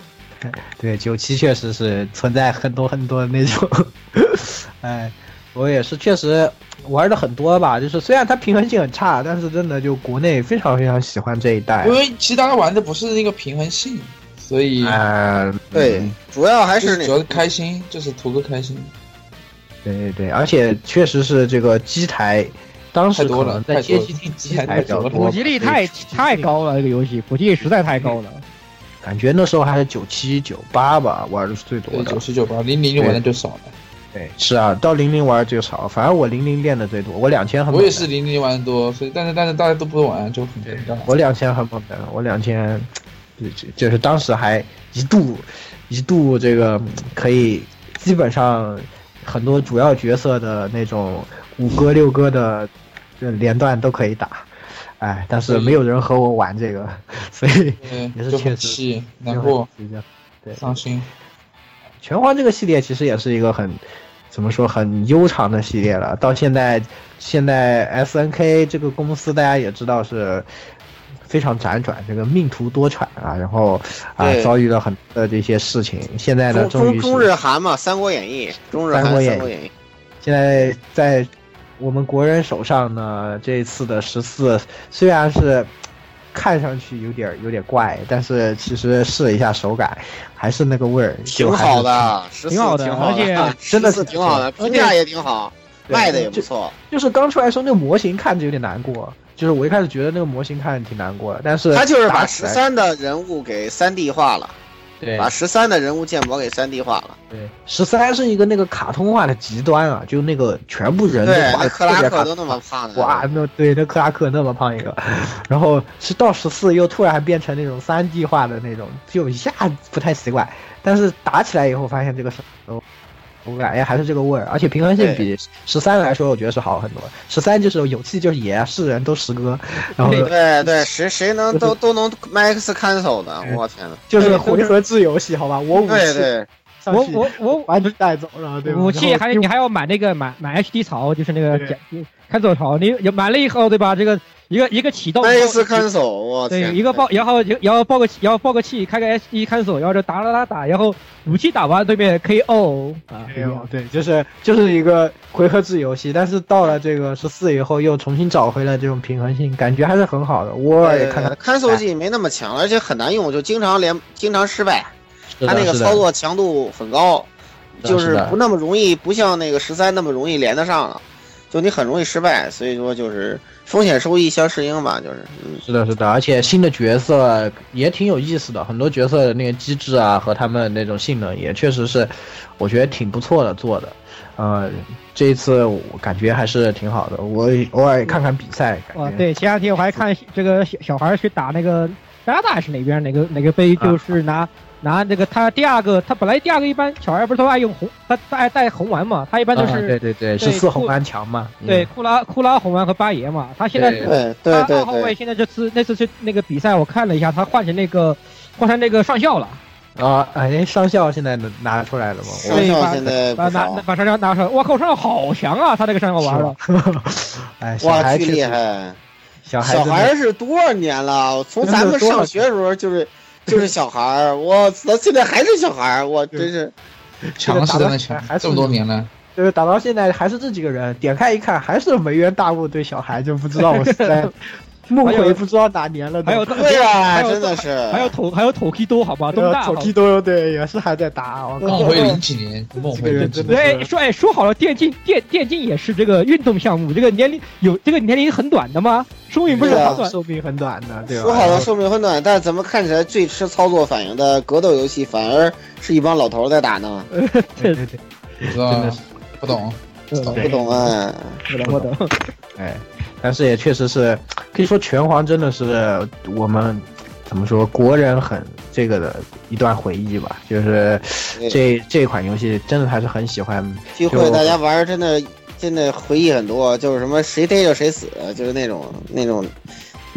对，九七确实是存在很多很多的那种， 哎，我也是确实玩的很多吧，就是虽然它平衡性很差，但是真的就国内非常非常喜欢这一代
啊因，为其实大家玩的不是那个平衡性，所
嗯
以
呃，
对
嗯，
主要还
就是是
那
主要是开心，就是图个开心。
对对对，而且确实是这个机台，当时
太多
可
了
能在
太
街
多了
机厅机
机台
台比
太
较
多了
多
普
吧，
及率太太高了，这个游戏普及率实在太 高了。
感觉那时候还是九七九八吧，玩的是最多
对，
的
九。七九八零零玩的就少了，
对，是啊，到零零玩的最少，反正我零零练的最多，我两千很猛
我
的。
也是零零玩的多，所以但是但是大家都不玩，就很尴尬。
我两千很猛的，我两千，就就就是当时还一度一度这个嗯可以基本上很多主要角色的那种五哥六哥的呃连段都可以打，哎，但是没有人和我玩这个，所以
对
也是
就
确
很
实
气、难过、
比较对
伤心。
拳皇这个系列其实也是一个很怎么说很悠长的系列了。到现在，现在 S N K 这个公司大家也知道是非常辗转，这个命途多舛啊，然后啊
对
遭遇了很多的这些事情。现在呢，
中
终于是
中中日韩嘛，《三国演义》，中日韩《
三
三
国演
国
义
演义》。
现在在我们国人手上呢，这一次的十四虽然是看上去有点有点怪，但是其实试一下手感还是那个味儿，
挺
就还是
好的，啊十四
挺好的
挺好
而且
的，
啊 真的
14
是
挺好的，
而且
评价也挺好，
对
卖的也
就
不错。
就是刚出来的时候，那个模型看着有点难过，就是我一开始觉得那个模型看着挺难过的，但是
他就是把
打起
十
来
三的人物给三 D 化了，
对
把十三的人物建模给三 D 化了。
对十三是一个那个卡通化的极端啊，就那个全部人都
对，
画
那
的
克
特
拉
别
克
卡
都
通
那么胖啊的，
哇，那对那克拉克那么胖一个， 然后是到十四又突然还变成那种三 D 化的那种，就一下不太奇怪。但是打起来以后发现这个手手感哎还是这个味儿，而且平衡性比十三来说我觉得是好很多。十三就是有气就是爷，是人都十哥，然后
对对，谁谁能都都能 max cancel 的，
嗯
我天呐。
就是回合制游戏，好吧？我武
对
器
对，
上
我
去
我我
把你带走了，对吧？
武器
然后
还你还要买那个买买 HD 槽，就是那个
对
假开走槽，你买了以后对吧？这个一个一个启动
max cancel，我天，
对，一个爆，然后然后爆个然后爆个气，开个 S 一看手，然后就打打打打，然后武器打完对面 KO 啊，
没有，对，就是就是一个回合制游戏，但是到了这个十四以后，又重新找回了这种平衡性，感觉还是很好的。我也哎看看，
cancel 技没那么强，而且很难用，就经常连经常失败。
是
它
的
那个
是的
操作强度很高，
是的
就是是
的
不那么容易，不像那个十三那么容易连得上了，就你很容易失败，所以说就是风险收益相适应吧，就是嗯，
是的，是的，而且新的角色也挺有意思的，很多角色的那个机制啊和他们那种性能也确实是，我觉得挺不错的做的。呃，这一次我感觉还是挺好的，我偶尔也看看比赛，感觉
啊，对，前两天我还看这个小小孩去打那个加拿大是哪边哪个哪个杯，
啊
就是拿、拿那个他第二个，他本来第二个一般小孩不是都爱用红，他他爱带红丸嘛，他一般都
啊
是、
对对对，是
对
四红
库
安强嘛？嗯
对，库拉库拉红丸和巴爷嘛，他现在
对
对
他
对对
二号位
对，
现在这次那次去那个比赛我看了一下，他换成那个换成那个上校了。
啊，哎，上校现在能拿出来了吗？我
上校现在
把
不
拿
少，
把山药拿出来，我靠，山药好强啊！他这个山药玩的，
哎，小
哇，
孩
巨
确
厉
实
害！
小孩
小
子
孩儿是多少年了？我从咱们上学的时候就是就是小孩 儿，我操，现在还是小孩儿，我真是
强势的那强
还，是
这么多年了，
就是打到现在还是这几个人，点开一看还是梅园大悟对小孩，就不知道我是在梦
还
回
有
不知道哪年了都。
还有
对
还
啊，
有
真的是
还有头还有头皮多好吧，东
对
大
手
好。
机呃都有对，也是还在打，我靠
梦！回零几年，梦回零几
这个人真的
年，
哎，说哎说好了，电竞电电竞也是这个运动项目，这个年龄有这个年龄很短的吗？寿命不是
对啊
很短，
寿命很短的，对吧？
说好的寿命很短，但怎么看起来最吃操作反应的格斗游戏，反而是一帮老头儿在打呢？
对对对，
不知
真
道
的是
不懂，
嗯
不懂啊，
对我懂。
哎，但是也确实是，可以说拳皇真的是我们怎么说国人很这个的一段回忆吧，就是
对
哎这这款游戏真的还是很喜欢，
聚会大家玩儿真的真的回忆很多，就是什么谁逮着谁死，就是那种那种，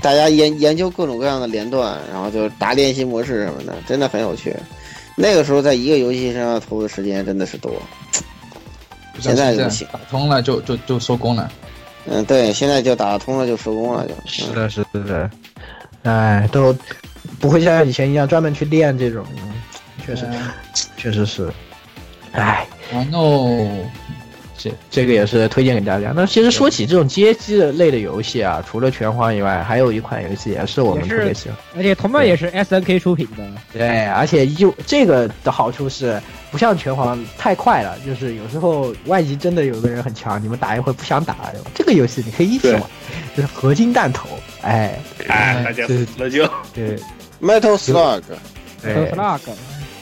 大家研研究各种各样的连段，然后就是打练习模式什么的，真的很有趣。那个时候在一个游戏身上投入的时间真的是多，
不知道
现在
是这样
就行
打通了就就就收工了，
嗯，对，现在就打通了就收工了就，
是
嗯
的，是的，哎，都不会像以前一样专门去练这种，嗯确实，确实是，哎，
啊 no，
这这个也是推荐给大家。那其实说起这种街机的类的游戏啊，除了拳皇以外，还有一款游戏也是我们
也
特
是
别喜欢。
而且同伴也是 S N K 出品的，
对，而且又这个的好处是，不像拳皇太快了，就是有时候万一真的有个人很强，你们打一会儿不想打了，这个游戏你可以一起玩，就是合金弹头。哎，
哎，大家
对
死了就
对
Metal Slug，
和
对，
flag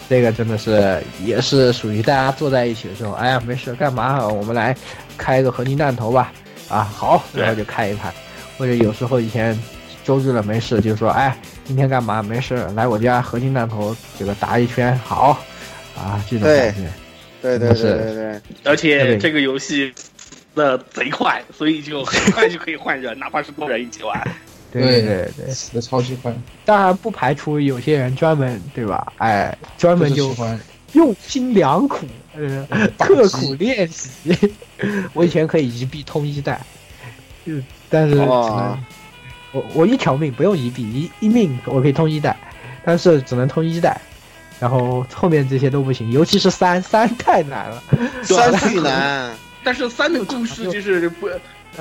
这个真的是也是属于大家坐在一起的时候，哎呀没事干嘛啊？我们来开个合金弹头吧，啊好，
对
然后就开一盘，或者有时候以前周日了没事就说，哎今天干嘛没事来我家合金弹头这个打一圈好，啊这种
对
感觉，
对对对对对，
而
对
且这个游戏的贼快，所以就很快就可以换人，哪怕是多人一起 玩。
对
对
对对，
死的超级快，
当然不排除有些人专门对吧，哎专
就
门
是
就
喜欢
用心良苦，呃，
嗯
刻苦练习。 我以前可以一臂通一带，就但是只能、
哦
我我一条命不用一臂，一一命我可以通一带，但是只能通一带。然后后面这些都不行，尤其是三三太难了，
三巨男，
但是三的故事就是不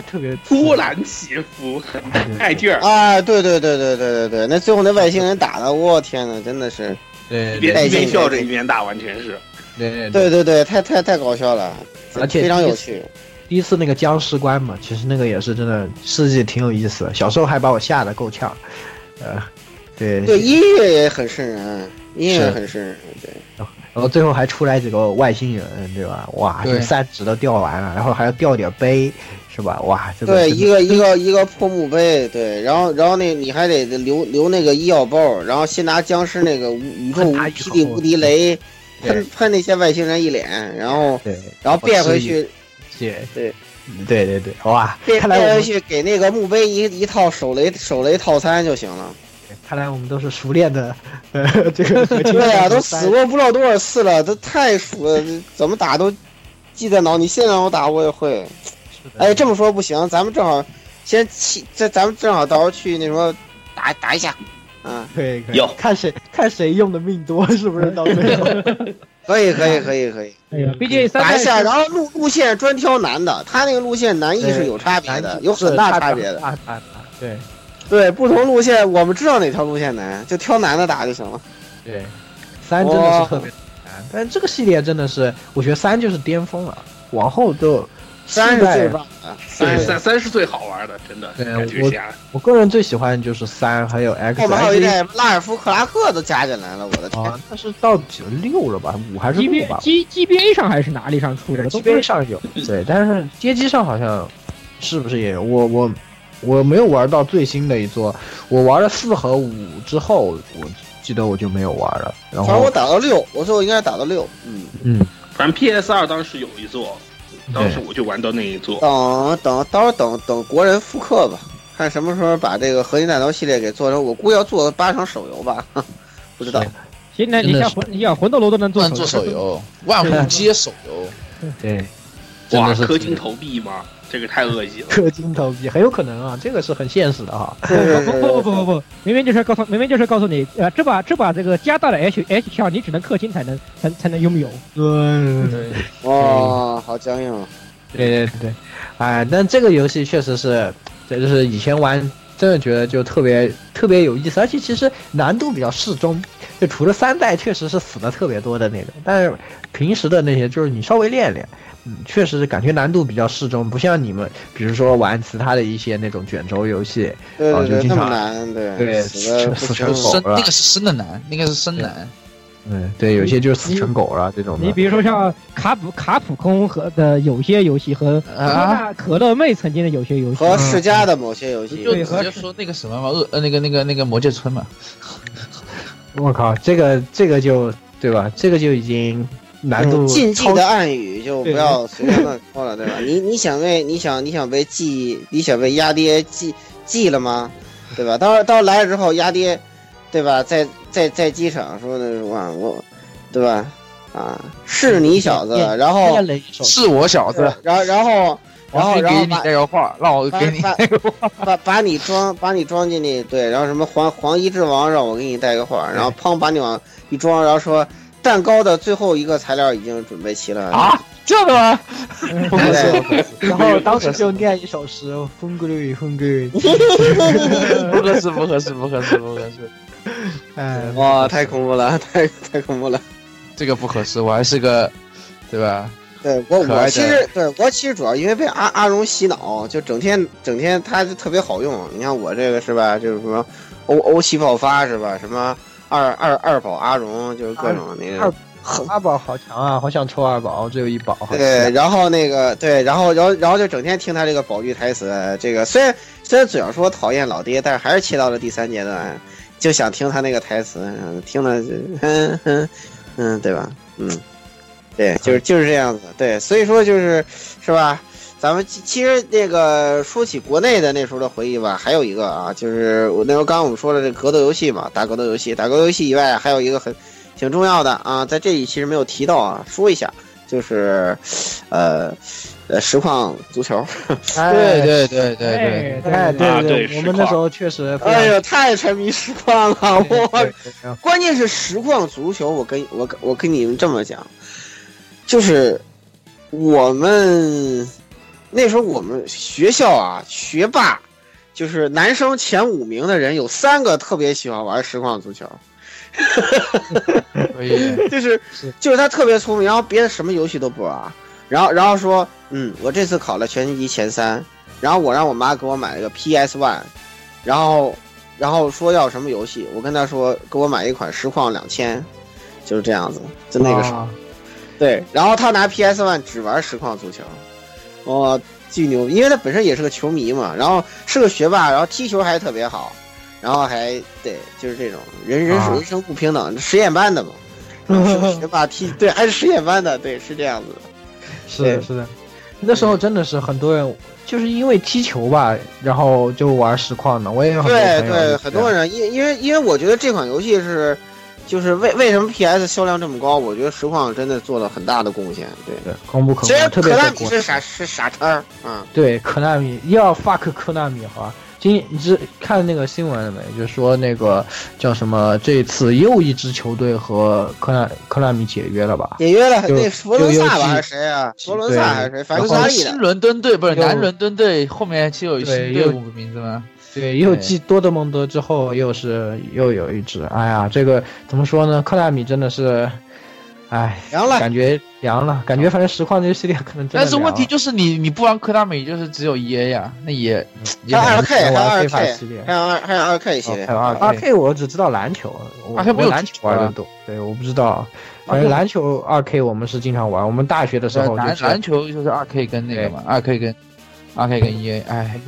特别
波澜起伏，很带劲儿。
啊，对对对对对对对，那最后那外星人打的，我天呐，真的是，
对
一
哎对
边
带
一
劲
边笑着一边打，完全是。
对
对对对，太太太搞笑了，
而且
非常有趣。
第一次那个僵尸关嘛，其实那个也是真的设计挺有意思的，小时候还把我吓得够呛，呃，对
对，音乐也很瘆人，音乐也很瘆人。对，
然后最后还出来几个外星人，对吧？哇，
对
这三指都掉完了，然后还要掉点杯，是吧？哇，这个
对，
真的
一个一个一个破墓碑，对，然后然后那你还得留留那个医药包，然后先拿僵尸那个无宇宙无
拿
霹
以
雳
后
无敌雷
对
喷喷那些外星人一脸，然后
对
然后变
我
回
是
去
对
对
对对对，哇！
变
看来我
变回
们
去给那个墓碑一一套手雷手雷套餐就行 了。
看来我们都是熟练的，呃，这 个合金
对呀、
呀，
都死过不知道多少次了，都太熟了，怎么打都记在脑。你现在让我打我也会。哎，这么说不行，咱们正好先去，这咱们正好到时候去那什么打打一下，啊，
对，可以
有
看谁看谁用的命多，是不是到最后？
可以可以可以可以
哎呀，BJ 三
打
代
一下，然后路路线专挑难的，他那个路线 难易是有差别的，有很大差别的。
大差别的对
对，不同路线我们知道哪条路线难，就挑难的打就行了。
对，三真的是特别难，但这个系列真的是，我觉得三就是巅峰了，往后都
三是
现在
最棒的，
三
啊三
十
是
三三是最好玩的，真的
对
感觉
我
下。
我个人最喜欢就是三，还有 X。
后面哦还有一代拉尔夫克拉克都加进来了，我的天！
啊，那是到几六了吧？五还是
G
六
B
吧
G G B A 上还是哪里上出的？
？G
都
B
不
A
是
上有，对，但是街机上好像是不是也有？我我我没有玩到最新的一座，我玩了四和五之后，我记得我就没有玩了。然
反正我
后
打到六，我说我应该打到六。嗯，
嗯，
反正 PS 二当时有一座，当时
对
我就玩到那一座。
等等，到时候等等国人复刻吧，看什么时候把这个合金弹头系列给做成。我估计要做八成手游吧，不知道
是。
现在你
真的
像
是
魂，你像魂斗罗都能
不
做
能做手，游，万物皆手游。
对，真
哇，
的是
氪金投币吗？这个太恶意了。
氪金投币，很有可能啊，这个是很现实的哈。
不不不不不，明明就是告诉明明就是告诉你，呃，这把这把这个加大的 H H 票，你只能氪金才能才才能拥有。
对
对，
哇，好僵硬啊！
对对对，哎，但这个游戏确实是，这就是以前玩真的觉得就特别特别有意思，而且其实难度比较适中，就除了三代确实是死的特别多的那种，但是平时的那些就是你稍微练练，嗯，确实是感觉难度比较适中，不像你们比如说玩其他的一些那种卷轴游戏，
对
哦
对
就
对，
经
那么
常
难，对
对
死的不
死
成
成狗
生
狗
了
那个是生的难，那个是生难。
嗯，对，有些就是死成狗了这种
你
的。
比如说像卡普卡普空和的有些游戏和可乐
啊
大可乐妹曾经的有些游戏，
和世嘉的某些游戏
就
对
直接说那个什么嘛，恶呃那个那个那个魔界村嘛，
我靠，这个这个就嗯对吧？这个就已经难
嗯
度
禁忌
超
的暗语就不要随便乱说了，对吧？你你想被你想你想被记，你想被鸭爹记记了吗？对吧？到到来了之后，鸭爹，对吧？在在在机场说的是哇我，对吧？啊，是你小子，然后
了一手
是我小子，
然后然后然后
我非
然后
给你
把
加油画，让我
把
给你
把把把你装把你装进去，对，然后什么黄黄衣之王让我给你带个话，然后砰把你往一装，然后说蛋糕的最后一个材料已经准备齐了
啊，这个吗？
对 不对？
然后当时就念一首诗：“风归雨，风归雨。
不合适，不合适，不合适，不合适，”
哎，
哇，太恐怖了，太 太恐怖了。
这个不合适，我还是个，对吧？
对我，
可爱
我
的
其实对我其实主要因为被阿阿荣洗脑，就整天整天他就特别好用。你看我这个是吧，就是什么欧欧气爆发是吧，什么二二二宝阿荣，就是各种那
二
个。
二宝好强啊！好想抽二宝，只有一宝。好啊
对，
气
然后那个对，然后然后然后就整天听他这个宝玉台词，这个虽然虽然嘴上说讨厌老爹，但是还是切到了第三阶段，就想听他那个台词，嗯听了就嗯嗯嗯，对吧？嗯，对，就是就是这样子，对，所以说就是是吧？咱们其其实那个说起国内的那时候的回忆吧，还有一个啊，就是我那时候刚刚我们说了这格斗游戏嘛，打格斗游戏，打格斗游戏以外，还有一个很挺重要的啊，在这里其实没有提到啊，说一下，就是呃呃实况足球，
哎
对对对对对，
哎
哎，
对
啊
对
对
我们
实
那
况
时候确实非常。
哎呀，太沉迷实况了，
对，
我
对对对
关键是实况足球，我跟我跟我跟你们这么讲，就是我们那时候我们学校啊，学霸就是男生前五名的人有三个特别喜欢玩实况足球，
可以。
就是
是
就是他特别聪明，然后别的什么游戏都不玩，然后然后说，嗯，我这次考了全年级前三，然后我让我妈给我买了个 PS One，然后然后说要什么游戏，我跟他说给我买一款实况两千，就是这样子，就那个时候，
啊
对，然后他拿 PS One 只玩实况足球，哦，巨牛，因为他本身也是个球迷嘛，然后是个学霸，然后踢球还特别好，然后还对，就是这种人人
啊
人生不平等，实验班 的嘛。然后是个学霸踢对，还是实验班的，对，是这样子的。
是的，是的，那时候真的是很多人，就是因为踢球吧，然后就玩实况的。我也有很多啊
对
朋友
对，
就
很
这
多
样
人因因为因为我觉得这款游戏是，就是为为什么 PS 销量这么高？我觉得实况真的做了很大的贡献。对，
对功不可
虽然
没，特
可
别
纳
在
米
国
是
内
傻是傻叉儿，嗯，
对，科纳米要 fuck 科纳米好吧？今你是看那个新闻了没？就说那个叫什么，这次又一支球队和科纳科纳米解约了 吧？
解约了
就
那佛伦萨
就
吧
又
还是谁啊？佛伦
对
萨还是谁？反正
然后
意
新
的。
伦敦队不是
又
南伦敦队后面就有新队伍的名字吗？
对，又继多特蒙德之后，又是又有一支。哎呀，这个怎么说呢？科纳米真的是，哎，
凉了
感觉凉了，感觉反正实况这个系列可能真的啊
但是
凉
问题
了
就是你你不玩科大美就是只有 EA 呀，那也也
还有
还有
二 K，还有
玩
二
非法
K，
系列
还有二还有二 K 系列
哦还。有二
啊
二 K，我只知道篮球，我
啊它没有
我篮
足
球
球
玩的
啊
多。对，我不知道，反正篮球二 K 我们是经常玩。我们大学的时候就
篮
是
篮球就是二 K 跟那个嘛，二 K 跟二 K 跟 EA，哎，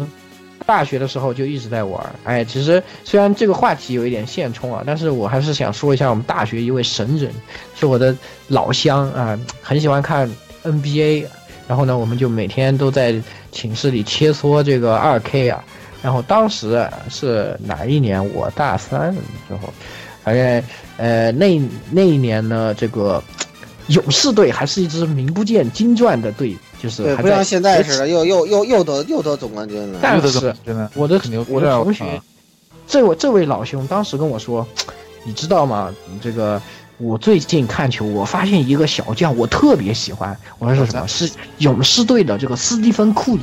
大学的时候就一直在玩。哎，其实虽然这个话题有一点现充啊，但是我还是想说一下我们大学一位神人，是我的老乡啊、很喜欢看 NBA。然后呢，我们就每天都在寝室里切磋这个二 K 啊。然后当时是哪一年？我大三之后，反正呃那那一年呢，这个勇士队还是一支名不见经传的队，就是
对，
还
不像
在。
现在似的，又又又又得又得总冠军了。
但
又得
是
怎么真的，
我的
肯定
我的同
啊
学，这位这位老兄当时跟我说，你知道吗？这个我最近看球，我发现一个小将，我特别喜欢。我说是什么？是勇士队的这个斯蒂芬库里。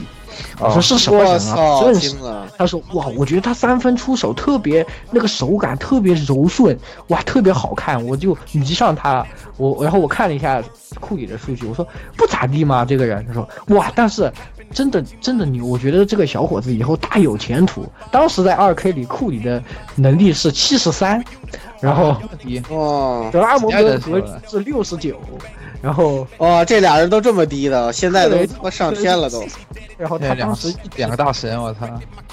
我说是什么
我
人啊？
操，
认识
惊。了！
他说哇，我觉得他三分出手特别那个手感特别柔顺，哇，特别好看，我就迷上他了。我然后我看了一下库里的数据，我说不咋地嘛，这个人。他说哇，但是真的真的牛，我觉得这个小伙子以后大有前途。当时在二 K 里，库里的能力是七十三，然 后
哦
德拉蒙德
几代
格
的时候了
是六十九，然后
哦，这俩人都这么低的，现在都
对
他妈上天了都。
然后
那
他
两
当时
两个大神，我操！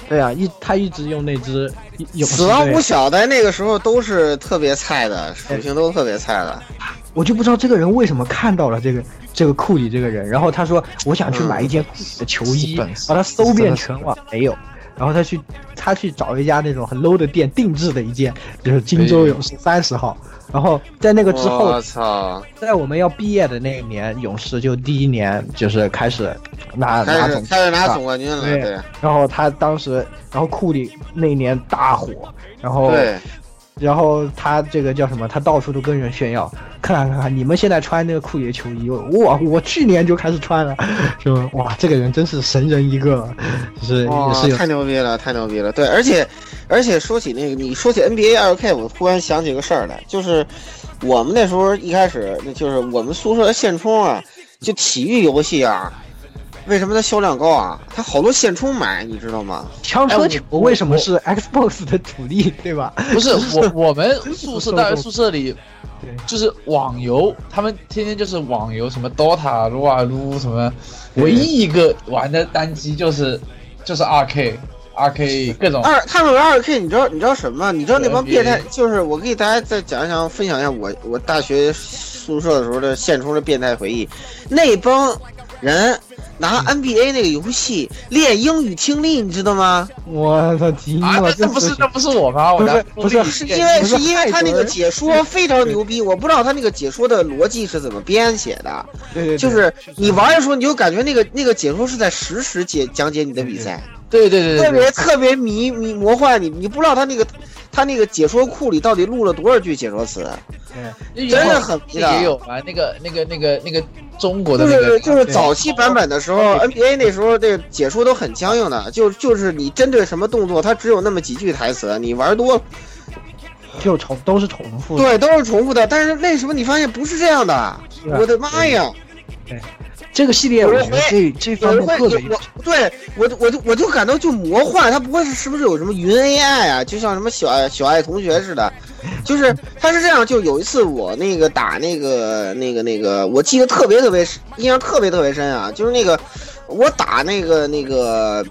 对啊，一他一直用那只勇啊士
死亡
队
五小在那个时候都是特别菜的，属性都特别菜的。
我就不知道这个人为什么看到了这个这个库里这个人，然后他说我想去买一件库里的球衣，
嗯
把他搜遍全网没有，然后他去他去找一家那种很 low 的店定制的一件，就是荆
哎
州勇士三十号，然后在那个之后
我，操，
在我们要毕业的那一年，勇士就第一年就是开始拿拿
开始
总啊
开始拿总冠军了，
对
对
然后他当时，然后库里那一年大火，然后
对，
然后他这个叫什么？他到处都跟人炫耀，看看看看，你们现在穿那个库里的球衣，我我去年就开始穿了， 就哇，这个人真是神人一个，就是也是
哇，
有
太牛逼了，太牛逼了！对，而且而且说起那个，你说起 NBA 2 K，我突然想起个事儿来，就是我们那时候一开始，那就是我们宿舍的线充啊，就体育游戏啊，为什么它销量高啊？它好多线充买，你知道吗？
枪
哎我
车球为什么是 Xbox 的主力， 对吧？
不是我，我们宿舍大学宿舍里
对，
就是网游，他们天天就是网游，什么 DOTA、撸啊撸什么，
对
唯一一个玩的单机就是就是2 K、2 K 各种。
二他们玩二 K，你知道你知道什么？你知道那帮
NBA
变态，就是我给大家再讲一讲，分享一下我我大学宿舍的时候的现充的变态回忆。那帮人拿 NBA 那个游戏练英语听力，你知道吗？
我操，急
啊，
了，这
那那不是那不是我吗？我
不
拿
是不是
是因为
不是
是因为他那
害
个
人
解说非常牛逼，我不知道他那个解说的逻辑是怎么编写的，
对对，
就是你玩的时候你就感觉那个那个解说是在实时解讲解你的比赛，
对对对
特
对对，
别特别迷迷魔幻，你你不知道他那个他那个解说库里到底录了多少句解说词，
因为
真的很迷
也
的。
有玩那个那个那个那个中国的
就
那
是
个，
就是早期版本的时候，NBA 那时候这解说都很僵硬的，就就是你针对什么动作，它只有那么几句台词，你玩多了
就重都是重复的。
对都是重复的。但是为什么你发现不是这样的？
是啊
我的妈呀！
这个系列，我觉得这这
有
方
人
面
会
特别
有我对我就我就我就感到就魔幻，它不会是是不是有什么云 AI 啊？就像什么小爱小爱同学似的，就是它是这样。就有一次我那个打那个那个那个，我记得特别特别深，印象特别特别深啊，就是那个我打那个那个。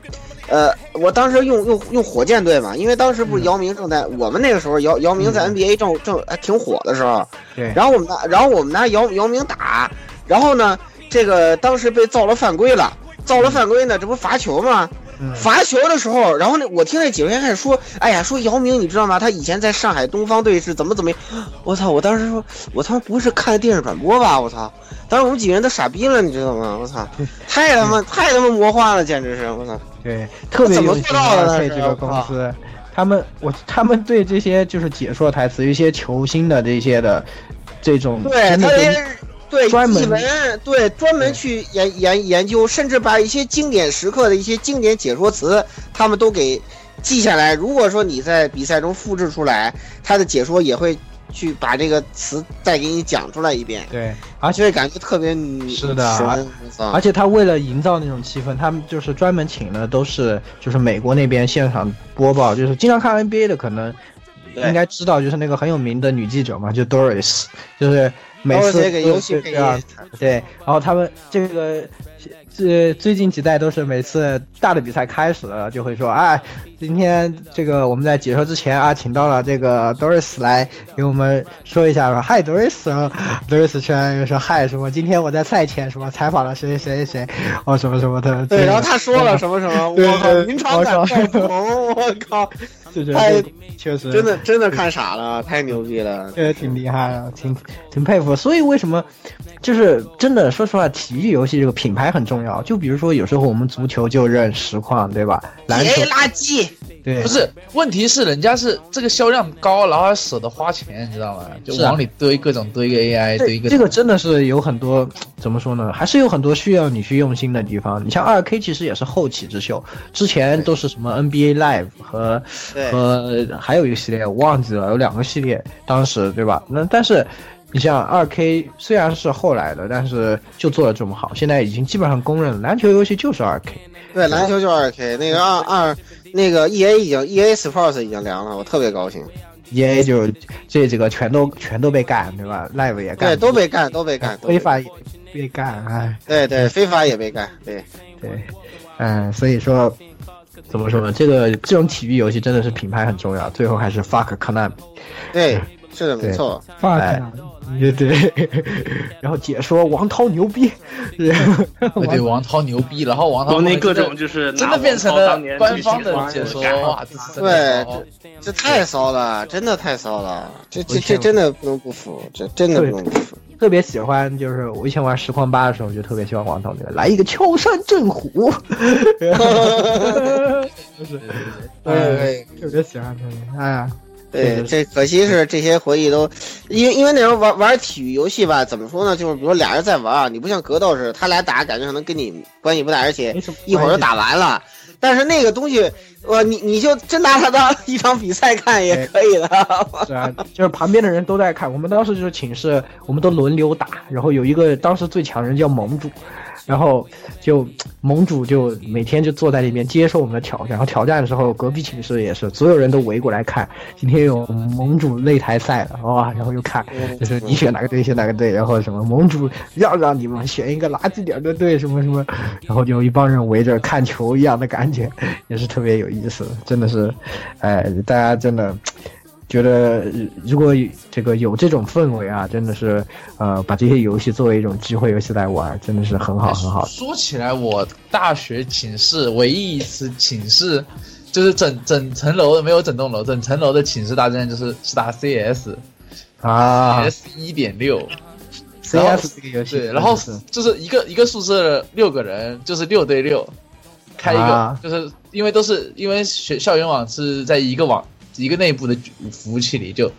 呃，我当时用用用火箭队嘛，因为当时不是姚明正在、我们那个时候姚姚明在 NBA 正正还挺火的时候，
对
然后我们拿然后我们拿姚姚明打，然后呢，这个当时被造了犯规了，造了犯规呢，这不罚球吗？
嗯
罚球的时候，然后那我听那解说员开始说，哎呀，说姚明，你知道吗？他以前在上海东方队是怎么怎么样，我操！我当时说，我他妈不是看电视转播吧？我操！当时我们几个人都傻逼了，你知道吗？我操，太他妈太他妈魔幻了，简直是我操！
对，特别
怎么
用心
做到的
搭配
呢
这个
是吧
公司。他们我他们对这些就是解说台词，一些球星的这些的这种
对
真的
他
跟
连对
专门
译文，对专门去研研研究，甚至把一些经典时刻的一些经典解说词，他们都给记下来。如果说你在比赛中复制出来，他的解说也会去把这个词再给你讲出来一遍，
对，而
就
且
会感觉特别
是的
神
而
我操
而且他为了营造那种气氛，他们就是专门请了都是就是美国那边现场播报，就是经常看 NBA 的可能
对
应该知道，就是那个很有名的女记者嘛，就 Doris，就是每
都是
次
这个
都
游
是
戏
这
配
样
音，
对，啊然后他们这个这最近几代都是每次大的比赛开始了，就会说，哎，今天这个我们在解说之前啊，请到了这个 Doris 来给我们说一下，说嗨 Doris，然后 Doris 突然又说嗨什么，今天我在赛前什么采访了谁谁谁谁，哦什么什么的，
对，然后他说了什么什么，
对
我靠，
对
临场感
我靠
爆棚，我靠，
就觉
太
得确实
真的真的看傻了，太牛逼了。
这个挺厉害的，挺挺佩服。所以为什么，就是真的，说实话，体育游戏这个品牌牌很重要。就比如说，有时候我们足球就认实况，对吧？篮球
EA 垃圾，
对，
不是，问题是人家是这个销量高，然后还舍得花钱，你知道吗？就是
啊
往里堆各种堆一个 AI，堆一
这
个
这个真的是有很多怎么说呢？还是有很多需要你去用心的地方。你像二 K 其实也是后起之秀，之前都是什么 NBA Live 和
对
和还有一个系列我忘记了，有两个系列，当时对吧？那但是你像二 K 虽然是后来的，但是就做的这么好，现在已经基本上公认篮球游戏就是二 K。
对，篮球就二 K，那个二二那个 EA 已经 EA Sports 已经凉了，我特别高兴。
E A 就是这几个全都全都被干，对吧？Live 也干，
对，都被干，都被干，都被
非法也被干，哎，
对对，非法也被干，对
对，嗯，所以说怎么说呢？这个这种体育游戏真的是品牌很重要。最后还是 fuck Konami，
对，是的，没错。
啊
哎
fuck，
对对。 然后解说王涛牛逼，然后
对对王涛牛逼，然后王涛
国内各
真的
种就是拿
真的变成
王涛
了
当年
官方的
去
解说，
干
哇，这是真的骚。
这太骚了，真的太骚了，这这这真的不能不服，这真的不能不服。
特别喜欢，就是我以前玩实况八的时候，就特别喜欢王涛那个来一个敲山震虎，哎
对
特别喜欢他们。哎呀，
对，这可惜是这些回忆都，因为因为那时候玩玩体育游戏吧，怎么说呢？就是比如俩人在玩啊，你不像格斗似的，他俩打感觉可能跟你关系不大，而且
没什么
一会儿就打完了。但是那个东西，哇，你你就真拿它当 一场比赛看
哎
也可以的。
是啊，就是旁边的人都在看，我们当时就是寝室，我们都轮流打，然后有一个当时最强人叫盟主，然后就盟主就每天就坐在里面接受我们的挑战，然后挑战的时候隔壁寝室也是，所有人都围过来看，今天有盟主擂台赛了哇，然后又看， 就是你选哪个队选哪个队，然 后什么盟主让让你们选一个垃圾点的队什么什么，然后就一帮人围着看球一样的感觉，也是特别有意思，真的是，哎，大家真的。觉得呃如果有这个有这种氛围啊，真的是，呃，把这些游戏作为一种聚会游戏来玩，真的是很
哎
好很好。
说起来，我大学寝室唯一一次寝室，就是整整层楼的没有整栋楼，整层楼的寝室大战就是是打 CS，CS
啊
一点六，然后
，CS 这个游戏真的
对，
是，
然后就是一个一个宿舍六个人，就是六对六，开一个，
啊
就是因为都是因为学校园网是在一个网一个内部的服务器里，就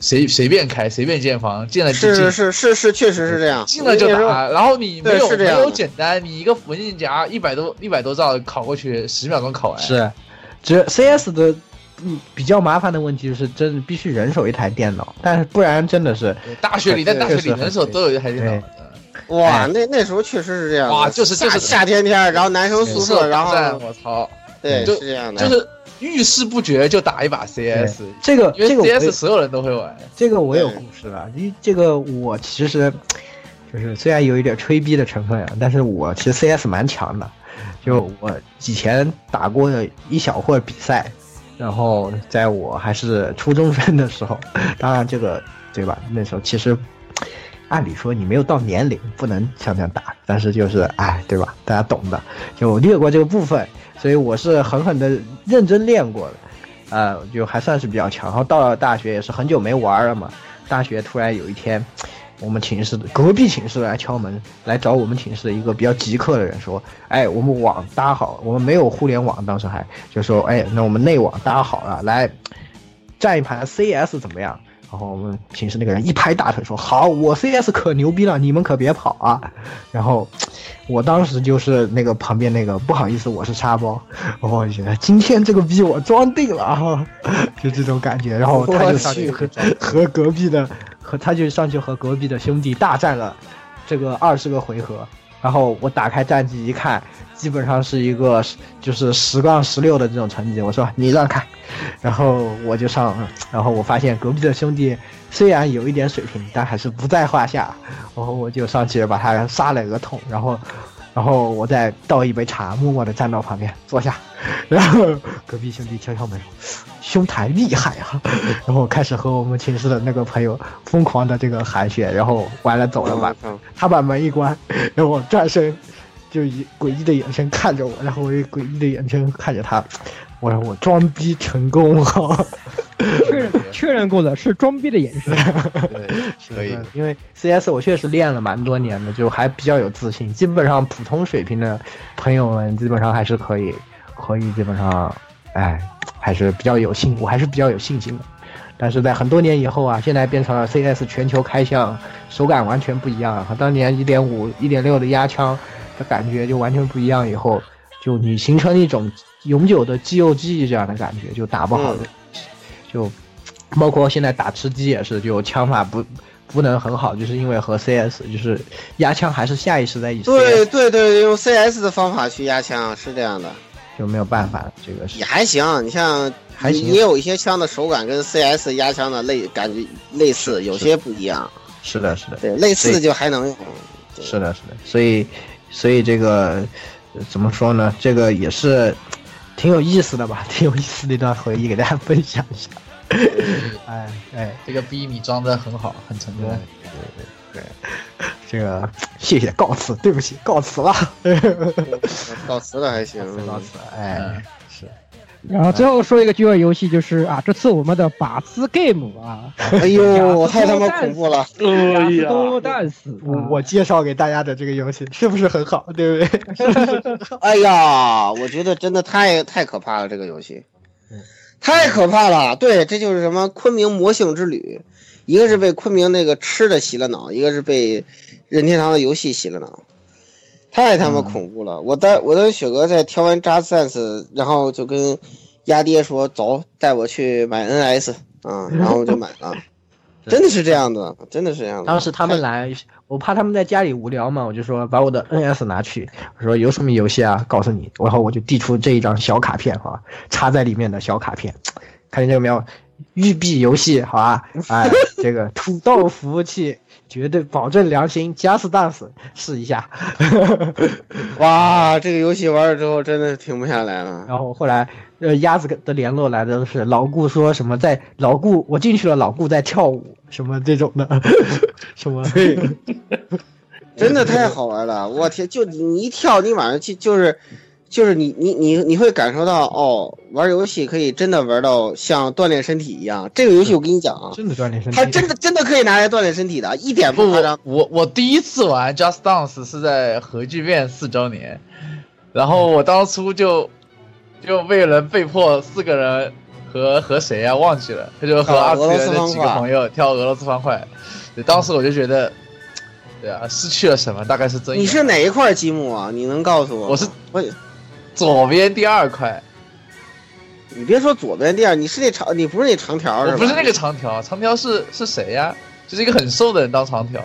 随随便开，随便建房，建了就是进
是。是是是，确实是这样。
进了就打，然后你没有
对是
没
这样的
有简单，你一个文件夹一百多一百多兆拷过去，十秒钟拷完。
是，只 CS 的嗯比较麻烦的问题就是，真的必须人手一台电脑，但是不然真的是
大学里，
对
在大学里
确实
人手都有一台电脑
对
的。
哎
哇，那那时候确实是这样的。
哇就是就是
夏夏天天儿，然后男生宿舍，然后
战我操，
对
就是
这样的，
就是遇事不决就打一把 CS，
这个
因
这
为
个我也
CS 所有人都会玩。
这个我有故事了，因为这个我其实就是虽然有一点吹逼的成分啊，但是我其实 CS 蛮强的，就我以前打过的一小会儿比赛，然后在我还是初中生的时候，当然这个对吧？那时候其实。按理说你没有到年龄，不能像这样打，但是就是哎，对吧？大家懂的，就略过这个部分，所以我是狠狠的认真练过的。呃，就还算是比较强。然后到了大学也是很久没玩了嘛，大学突然有一天，我们寝室的隔壁寝室来敲门，来找我们寝室的一个比较极客的人说，哎，我们网搭好，我们没有互联网，当时还就说，哎，那我们内网搭好了，来站一盘 CS 怎么样？然后我们寝室那个人一拍大腿说：“好，我 CS 可牛逼了，你们可别跑啊！”然后我当时就是那个旁边那个不好意思，我是沙包， 我觉得哦今天这个逼我装定了啊，就这种感觉。然后他就上去和和隔壁的和他就上去和隔壁的兄弟大战了这个二十个回合。然后我打开战绩一看，基本上是一个就是十杠十六的这种成绩。我说你让开， 然后我就上了，然后我发现隔壁的兄弟虽然有一点水平，但还是不在话下。然后我就上去把他杀了个桶，然后，然后我再倒一杯茶，默默地站到旁边坐下。 然后隔壁兄弟敲敲门，兄台厉害啊！ 然后开始和我们寝室的那个朋友疯狂的这个寒暄，然后完了走了吧。
嗯
他把门一关， 然后我转身，就以诡异的眼神看着我，然后我以诡异的眼神看着他，我说我装逼成功了。
确实
的，
确认过的是装逼的眼
哎
神。
对，可以
嗯。因为 CS 我确实练了蛮多年的，就还比较有自信。基本上普通水平的朋友们，基本上还是可以，可以基本上，哎，还是比较有信，我还是比较有信心的。但是在很多年以后啊，现在变成了 CS 全球开箱，手感完全不一样了。和当年一点五、一点六的压枪的感觉就完全不一样。以后就你形成一种永久的肌肉记忆这样的感觉，就打不好的，
嗯
就包括现在打吃鸡也是，就枪法不不能很好，就是因为和 CS 就是压枪还是下意识在以 CS
对对对，用 CS 的方法去压枪是这样的，
就没有办法了，这个是
也还行。你像
还行
你也有一些枪的手感跟 CS 压枪的类感觉类似，有些不一样。
是的，是的。
对，类似的就还能用。对
是的，是的，所以，所以这个呃怎么说呢？这个也是挺有意思的吧， 挺有意思的一段回忆，给大家分享一下。哎哎，
这个逼你装的很好，很成
对
功。
对对对，这个谢谢告辞，对不起，告辞了，
告辞了还行。
告辞，哎，是
然后最后说一个聚会游戏，就是啊，这次我们的靶资 game 啊，
哎呦，太他妈恐怖了！
哎
斯
呀，
通蛋死，啊
我我介绍给大家的这个游戏 是不是很好，对不对？
哎呀，我觉得真的太太可怕了，这个游戏，太可怕了。对，这就是什么昆明魔性之旅，一个是被昆明那个吃的洗了脑，一个是被任天堂的游戏洗了脑，太他妈恐怖了。我带我跟雪哥在挑完扎 sense，然后就跟鸭爹说走，带我去买 NS 啊，然后就买了。真的是这样的，真的是这样的。
当时他们来，我怕他们在家里无聊嘛，我就说把我的 NS 拿去，我说有什么游戏啊？告诉你，然后我就递出这一张小卡片啊，插在里面的小卡片，看见这个没有？育碧游戏，好 吧，哎，这个土豆服务器绝对保证良心，Just Dance 试一下。
哇，这个游戏玩了之后真的停不下来了。
然后后来，呃，鸭子的联络来的都是老顾说什么在老顾我进去了，老顾在跳舞什么这种的， 什么
真的太好玩了！我天，就你你一跳，你马上就就是，就是你你你你会感受到哦，玩游戏可以真的玩到像锻炼身体一样。这个游戏我跟你讲啊，
真的锻炼身体，
它真的真的可以拿来锻炼身体的，一点
不
不夸张
不。，我我第一次玩 Just Dance 是在核聚变四周年，然后我当初就就被人被迫四个人和和谁啊忘记了，他就和
啊
二次
俄罗
元
斯
的
方
几个
块
朋友跳俄罗斯方块，对，当时我就觉得，对啊，失去了什么，大概是真有。
你是哪一块积木啊？你能告诉我吗？
我是
我，
左边第二块，
你别说左边第二，你是那长，你不是那长条是吧？
我不是那个。长条，长条是是谁呀、就是一个很瘦的人当长条，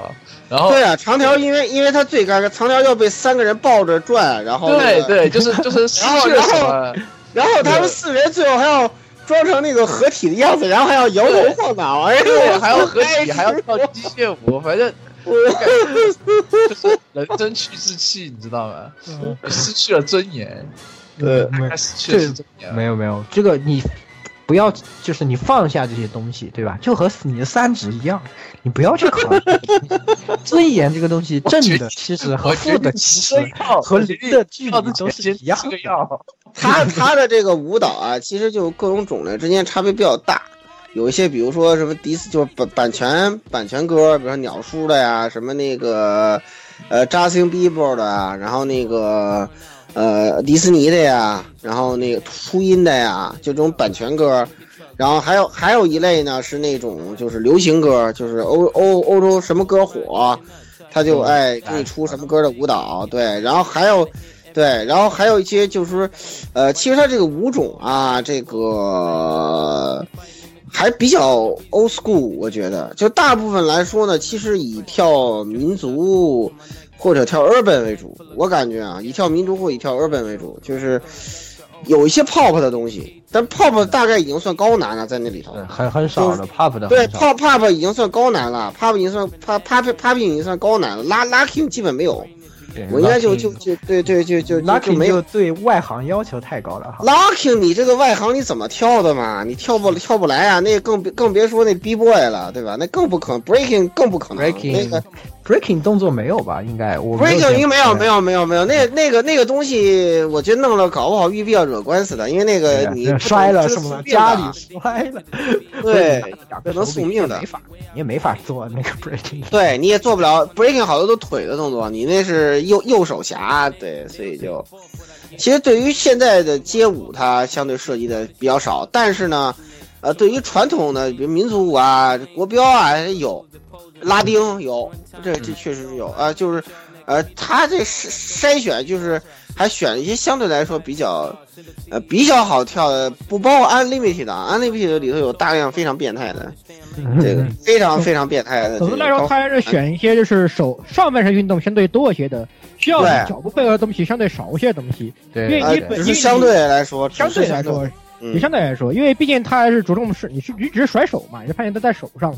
然后
对啊，长条因为因为它最尴尬，长条要被三个人抱着转，然后那
哦对
个
对，就是就是失
然后
去了
然后
什么。
然后他们四人最后还要装成那个合体的样子，然后还要摇头晃脑，哎
对，
呦，
还要合体，还要跳机械舞，反正就是人生去志气，你知道吗？失去了尊严，
对
大概失去了尊 严
没有没有，这个你不要，就是你放下这些东西，对吧？就和你的三指一样，你不要去考虑尊严这个 东西，
我
正
觉
的
得
其实和
我觉
负的
得
其实
吃药
和零的距
药的
离都是
全
一样
是
的
个。药，
他他的这个舞蹈啊，其实就各种种类之间差别比较大，有一些比如说什么迪斯就是版版权版权歌，比如说鸟叔的呀，什么那个呃 Justin Bieber 的啊，然后那个呃迪士尼的呀，然后那个初音的呀，就这种版权歌。然后还有还有一类呢，是那种就是流行歌，就是欧欧欧洲什么歌火，他就哎给你出什么歌的舞蹈，对。然后还有，对，然后还有一些就是，呃，其实它这个舞种啊，这个还比较 old school，我觉得就大部分来说呢，其实以跳民族或者跳 urban 为主，我感觉啊，以跳民族或以跳 urban 为主，就是有一些 pop 的东西，但 pop 大概已经算高难了，在那里头。
对很很少的 pop 的，
对
很少。
，pop pop 已经算高难了，pop 已经算 pop pop pop 已经算高难了，拉拉 king 基本没有，
对
我应该就就就对对就就就就
Lucky
没
就
有
对外行要求太高了哈。
Lucky，你这个外行你怎么跳的嘛？你跳不跳不来啊？那更别更别说那 B boy 了，对吧？那更不可 breaking 更不可能。嗯那个
Breaking Breaking 动作没有吧？应该我没有
breaking
见过
没有没有没有没有，那那个那个东西，我觉得弄了搞不好育碧要惹官司的，因为
对
那个
呀
你
那
不
摔了什
这
么
是
家
病
里
的
摔了，
对，
两
这
个
能
手
宿
柄
命的
没法，你也没法做那个 Breaking。
对你也做不了 breaking 好多都腿的动作，你那是右右手侠，对，所以就其实对于现在的街舞，它相对涉及的比较少，但是呢，呃，对于传统的比如民族舞啊、国标啊有，拉丁有，这这确实是有啊、呃就是呃，他这筛筛选就是还选了一些相对来说比较呃比较好跳的，不包括 unlimited 的啊，unlimited 里头有大量非常变态的，这
嗯
个非常非常变态的，
总
这
的
个
来
呃高嗯
说，他还是选一些就是手上半身运动相对多一些的，需要
对
你脚步配合的东西相对少一些的东西。
对
因为
呃
你本
只
因
是
为
相
你
对来说，
相
只
对
是
来
相对
说，
嗯
也相对来说，因为毕竟他还是着重是你是你只是甩手嘛，你是判定他在手上，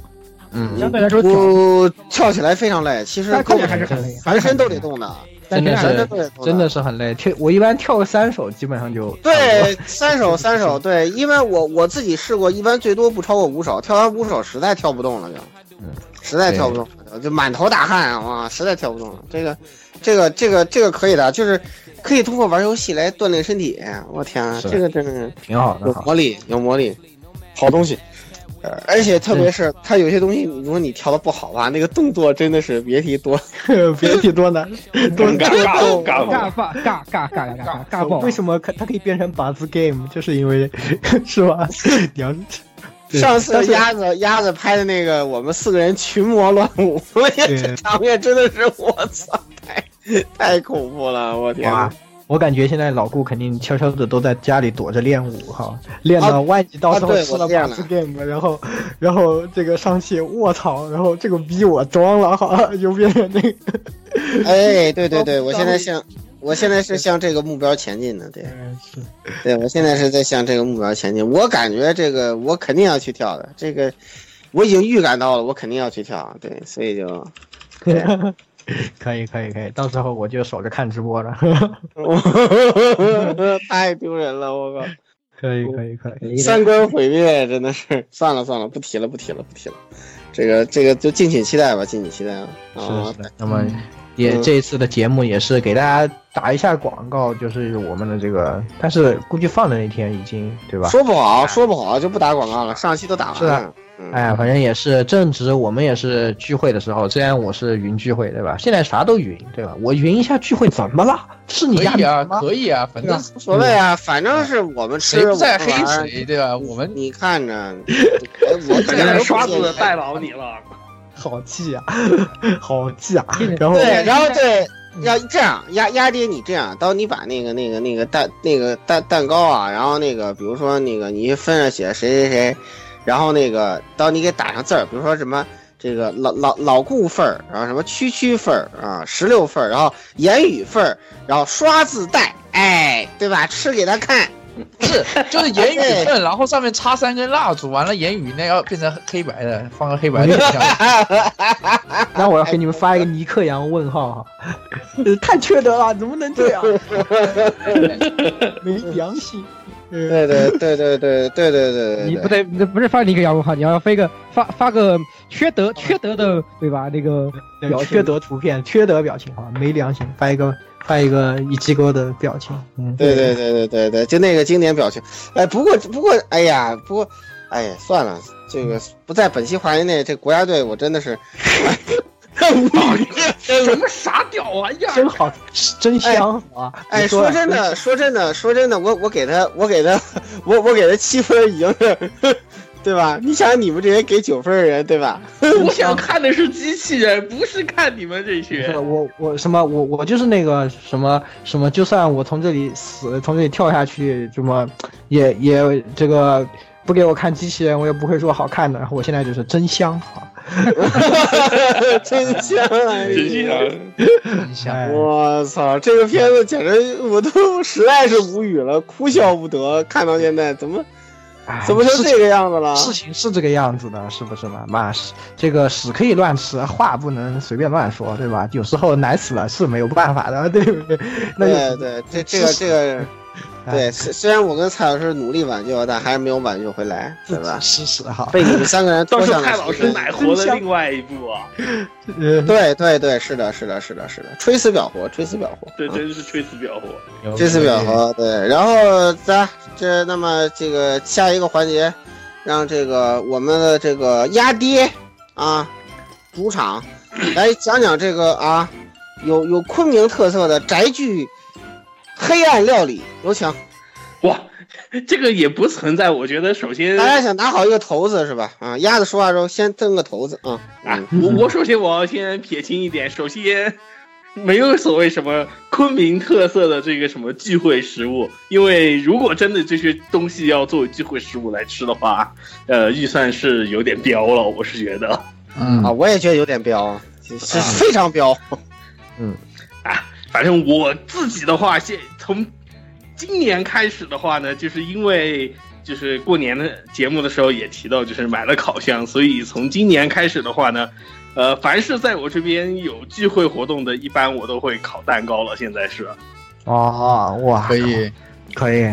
嗯
相对来说脚
我跳起来非常累，其实
但看
够
起来
不
还是
着
很累，
全身都得动的，
真的
全
是
身都 得动
真的。是很累，跳我一般跳个三首，基本上就差不多
对，三手三手，对，因为我我自己试过，一般最多不超过五手，跳完五手实在跳不动了就，
嗯
实在跳不动了，就满头大汗啊，哇，实在跳不动了。这个，这个，这个，这个可以的，就是可以通过玩游戏来锻炼身体。我天啊，
是
这个真的是
挺好的
有
哈。
魔力，有魔力，好东西。呃而且特别是它有些东西，如果你跳的不好吧，那个动作真的是别提多别提 多难，多
尴尬
动
尴
尬尬
尬
尬尬尬尬尬尬爆。
为什么可它可以变成靶子 game，就是因为 是吧？ 两对
上次
但是
鸭子鸭子拍的那个，我们四个人群魔乱舞，那个
对
场面真的是我操，太太恐怖了，我天啊
哇
哪！，
我感觉现在老顾肯定悄悄的都在家里躲着练舞哈，练
啊
到外级到时
啊
候
对
吃了
我练
八
了
次 game，然后 然后这个上去卧槽，然后这个逼我装了哈， 就变成那 个，
哎，对对对，
我
我
不知道
现在向我现在是向这个目标前进的，对
是
对，我现在是在向这个目标前进。我感觉这个我肯定要去跳的，这个我已经预感到了，我肯定要去跳，对，所以就
可以可以可以，到时候我就守着看直播了，
太丢人了，我靠！
可以可以可以，
嗯三观毁灭，真的是算了算了，不提了不提了不提了，这个这个就敬请期待吧，敬请期待吧。
是
啊
是，的，那么
嗯
也这一次的节目也是给大家打一下广告，就是我们的这个，但是估计放的那天已经对吧？哎
说不好说不好就不打广告了，上期都打完
是
了
啊。
嗯
哎，呀，反正也是正值我们也是聚会的时候，虽然我是云聚会对吧？现在啥都云对吧？我云一下聚会怎么了？是你
可
家
以啊，
云吗
可以啊，反正
无所谓啊，反正是我们吃
谁不在
我们
黑
玩儿
谁，对吧？我们
你 看着，哎我
感觉刷子代劳你了，
好气啊， 好气啊！然后
对，然后对，要这样压压爹，你这样，到你把那个那个那个蛋那个蛋蛋糕啊，然后那个比如说那个你分上写谁谁谁，然后那个到你给打上字儿，比如说什么。这个老老老顾份儿，然后什么区区份儿啊，十六份儿，然后言语份儿，然后刷字带，哎，对吧？吃给他看，
不 是就是言
对
哎
语份，然后上面插三根蜡烛，完了言语那要变成黑白的，放个黑 白的像
那我要给你们发一个尼克杨问号哈，呃 太缺德了，怎么能 这样？没良 心！呃
对对对对对对对对对，
你不对，你这不是发你一个洋文号，你要发一个发发个缺德缺德的对吧？那个表情
缺德图片，缺德表情哈，没良心，发一个发一个一鸡哥的表情，嗯，
对对对对对对，就那个经典表情。哎，不过不过，哎呀，不过，哎呀，算了，这个不在本期话题内，这国家队我真 的是无语。
什么傻屌玩意儿？
真好，真香啊！
哎，
你
说
说
真的，说真的，说真的，我我给他，我给他， 我我给他七分已经是， 对吧？你想你们这些给九分的人，对吧？
我想看的是机器人，不是看你们这些
是。我我什么我我就是那个什么什么，就算我从这里死，从这里跳下去，什么也也这个不给我看机器人，我也不会说好看的。然后我现在就是真香啊！
真香啊！
真相。
一下。
哎
我操，这个片子简直我都实在是无语了，哭笑不得。看到现在怎么，
哎，
怎么就
事情
这个样子啊了？
事情是这个样子的，是不是嘛？嘛，屎这个屎可以乱吃，话不能随便乱说，对吧？有时候难死了是没有办法的，对不对？那
对
就
对，这这个这 个，对，虽虽然我跟蔡老师努力挽救，但还是没有挽救回来，对吧？
吃屎哈。
被你们三个人
倒
拖
是
向
蔡
了
老
时
师
间。
奶活了另外一步啊，
呃，
对对对，是的，是的，是的，是的，垂死表活，垂死表活，
这真是垂死表活。
垂死表活。对，然后咱这那么这个下一个环节，让这个我们的这个鸭爹啊，主场来讲讲这个啊，有有昆明特色的宅剧黑暗料理，有请
哇，这个也不存在。我觉得首先
大家想拿好一个头子是吧？啊，鸭子说话之后先蹬个头子啊。
啊
嗯，
我我首先我要先撇清一点，首先没有所谓什么昆明特色的这个什么聚会食物，因为如果真的这些东西要作为聚会食物来吃的话，呃，预算是有点彪了，我是觉得。
嗯
啊，我也觉得有点彪，是是非常彪。
反正我自己的话，现从今年开始的话呢，就是因为就是过年的节目的时候也提到，就是买了烤箱，所以从今年开始的话呢， 呃，凡是在我这边有聚会活动的，一般我都会烤蛋糕了。现在是
哦，哇，
可以，
可以，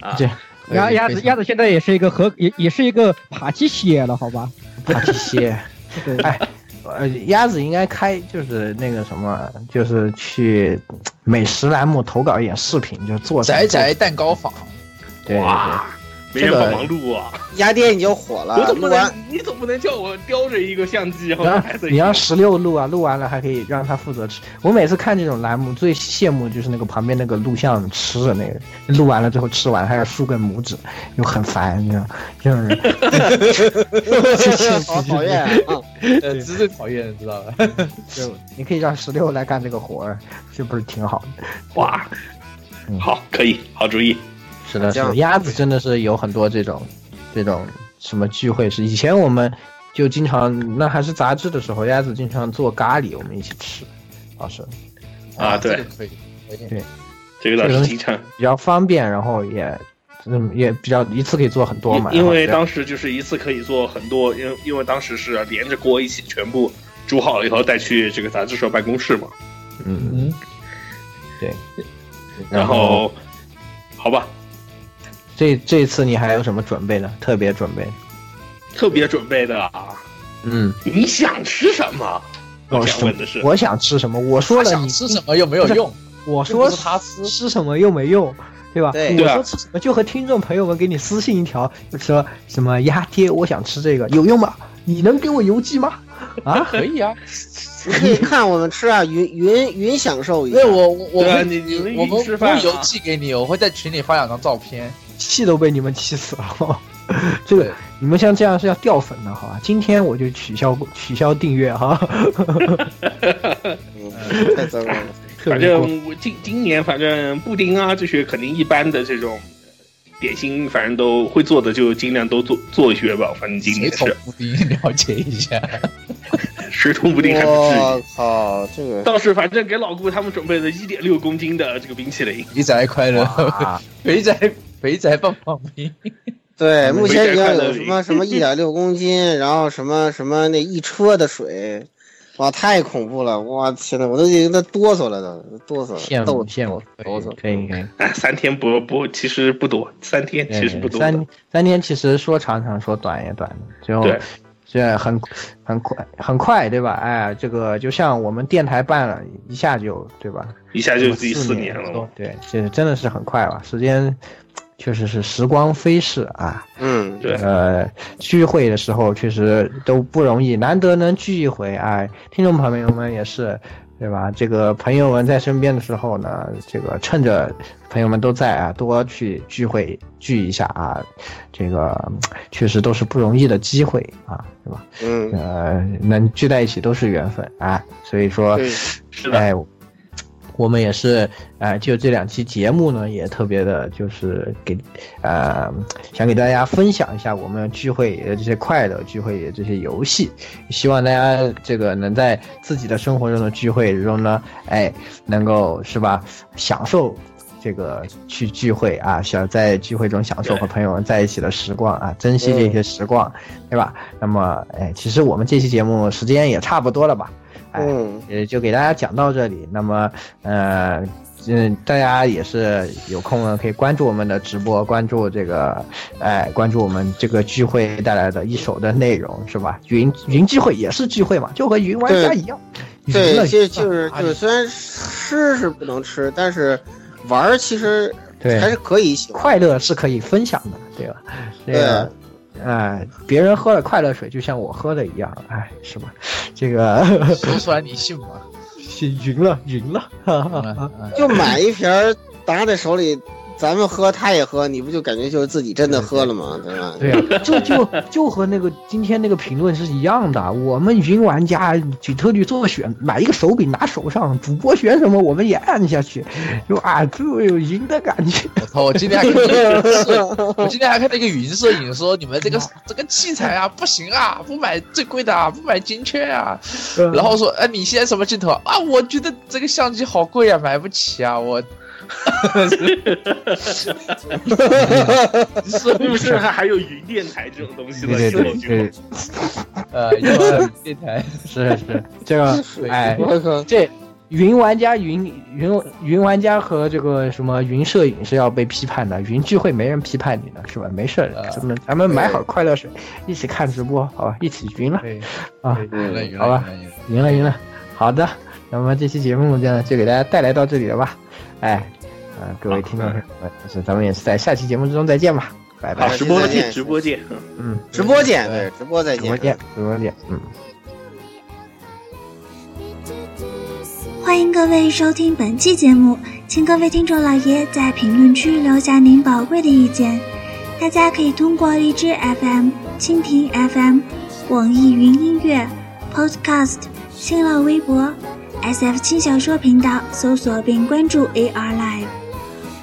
啊，
这
鸭鸭子鸭子现在也是一个合也也是一个爬鸡蟹了，好吧？
爬体 蟹，啊哎，呃，鸭子应该开就是那个什么，就是去美食栏目投稿一点视频，就做
宅宅蛋糕坊，
对对对
哇，没人帮忙录啊！
鸭爹你就火
我
了，
总不
录完
能你总不能叫我叼着一个相机然后
你要
拍摄
啊你要十六录啊，录完了还可以让他负责吃。我每次看这种栏目，最羡慕就是那个旁边那个录像吃的那个，录完了之后吃完还要竖个拇指，又很烦，你知道吗这种人。
好讨厌啊！
呃，这是最讨厌的，知道吧？
就你可以让十六来干这个活儿，这不是挺好的？
哇
嗯！
好，可以，好主意。
是的，
这
是
样
的，鸭子真的是有很多这种这种什么聚会是，以前我们就经常，那还是杂志的时候，鸭子经常做咖喱，我们一起吃，老师
啊对
这个可以，可以
这个倒是经常，
比较方便，然后也。嗯，也比较一次可以做很多嘛，
因因为
然后
当时就是一次可以做很多，因为因为当时是连着锅一起全部煮好了以后带去这个杂志社办公室嘛。
嗯，
嗯，
然后，好吧，
这这次你还有什么准备呢？特别准备？
特别准备的啊，
嗯，
你想吃什么？我
哦
想
什么
问的是，
我想吃什么？我说
他
了
想
你，
吃什么又没有用，
我 说
又不是他吃
吃什么又没用，对吧？
对
哎我
对啊
说吃什么就和听众朋友们给你私信一条，就说什么鸭爹，我想吃这个，有用吗？你能给我邮寄吗？啊， 可以啊，
你可以看我们吃啊，云云云享受一下
对。我我我
对啊
会
你你们
我
一
们
起吃
不
饭
会邮
啊
寄给你，我会在群里发两张照片。
气都被你们气死了。 这个
对
你们像这样是要掉粉的，好吧？今天我就取消取消订 阅哈，
嗯太糟糕了。
反正我今今年反正布丁啊这些肯定一般的这种点心，反正都会做的就尽量都做做一些吧。反正今
水
年
桶
是
布丁了解一 下，
水桶布丁还不至于
我。靠，这个
倒是反正给老顾他们准备了一点六公斤的这个冰淇淋，
肥宅快乐，
啊，
肥宅肥宅棒棒 冰，
对，
嗯
目前已经
没
有
人
什
看
么
到
什么一点六公斤，然后什么什么那一车的水，哇，太恐怖了！我天呐，我都已经都哆嗦了都，哆嗦
羡
了，
慕
抖
羡慕，
抖嗦。
可以可以。
哎，三天不不，其实不多，三天其实不多的。
哎三三天其实说长长说短也短，就
对
这很很快很快，对吧？哎，这个就像我们电台办了一下就对吧？
一下就自己
四
四年了嘛。
对，这真的是很快了，时间确实是时光飞逝啊。
嗯，
对，
呃，聚会的时候确实都不容易，难得能聚一回哎，听众朋友们也是，对吧？这个朋友们在身边的时候呢，这个趁着朋友们都在啊，多去聚会聚一下啊，这个嗯确实都是不容易的机会啊，对吧？
嗯，
呃，能聚在一起都是缘分啊，所以说，
对，
是的，
哎，我们也是，呃，就这两期节目呢，也特别的，就是给，呃，想给大家分享一下我们聚会呃的这些快乐，聚会的这些游戏，希望大家这个能在自己的生活中的聚会中呢，哎，能够是吧，享受。这个去聚会啊，想在聚会中享受和朋友们在一起的时光啊，珍惜
嗯
这些时光，对吧？那么，哎，其实我们这期节目时间也差不多了吧？哎，
嗯
也就给大家讲到这里。那么，呃，嗯，大家也是有空呢，可以关注我们的直播，关注这个，哎，关注我们这个聚会带来的一手的内容，是吧？云云聚会也是聚会嘛，就和云玩家一样。娱乐
对，
一
这
下
就是
啊
就是，虽然吃是不能吃，但是玩儿其实
对
还是可以喜欢。
快乐是可以分享的，对吧？这个，哎，别人喝了快乐水，就像我喝的一样，哎，是吧？这个
说出来你信吗？
云了，云了，哈哈
嗯嗯
就买一瓶儿拿在手里，咱们喝，他也喝，你不就感觉就是自己真的喝了吗？对吧？
对啊，就就就和那个今天那个评论是一样的。我们云玩家底特律做选，买一个手柄拿手上，主播选什么我们也按下去，就啊，就有赢的感觉。
我操！我今天还看到一个云摄，我今天还看到一个云摄影说你们这个这个器材啊不行啊，不买最贵的啊，不买精确啊。然后说，哎，你现在什么镜头啊啊？我觉得这个相机好贵啊，买不起啊，我。 是
是不是还还有云电台这种东西呢？是我觉得，
呃，有啊这台
是是，这个哎，
我靠，
这云玩家、云云云玩家和这个什么云摄影是要被批判的，云聚会没人批判你的是吧？没事儿
呃，
咱们咱们买好快乐水，一起看直播，好吧？一起云了，
对
啊
云了云
好
了
吧
云了
赢了赢了。好的，那么这期节目呢就给大家带来到这里了吧？哎，呃，各位听众朋友们，就是咱们也是在下期节目之中再见吧，拜
好，
拜。
直播见，直播见。
嗯，
直播见，对，直播再
直播
见。
间，直播间，嗯。
欢迎各位收听本期节目，请各位听众老爷在评论区留下您宝贵的意见。大家可以通过荔枝 FM、蜻蜓 FM、网易云音乐、Podcast、新浪微博、SF 轻小说频道搜索并关注 AR Live。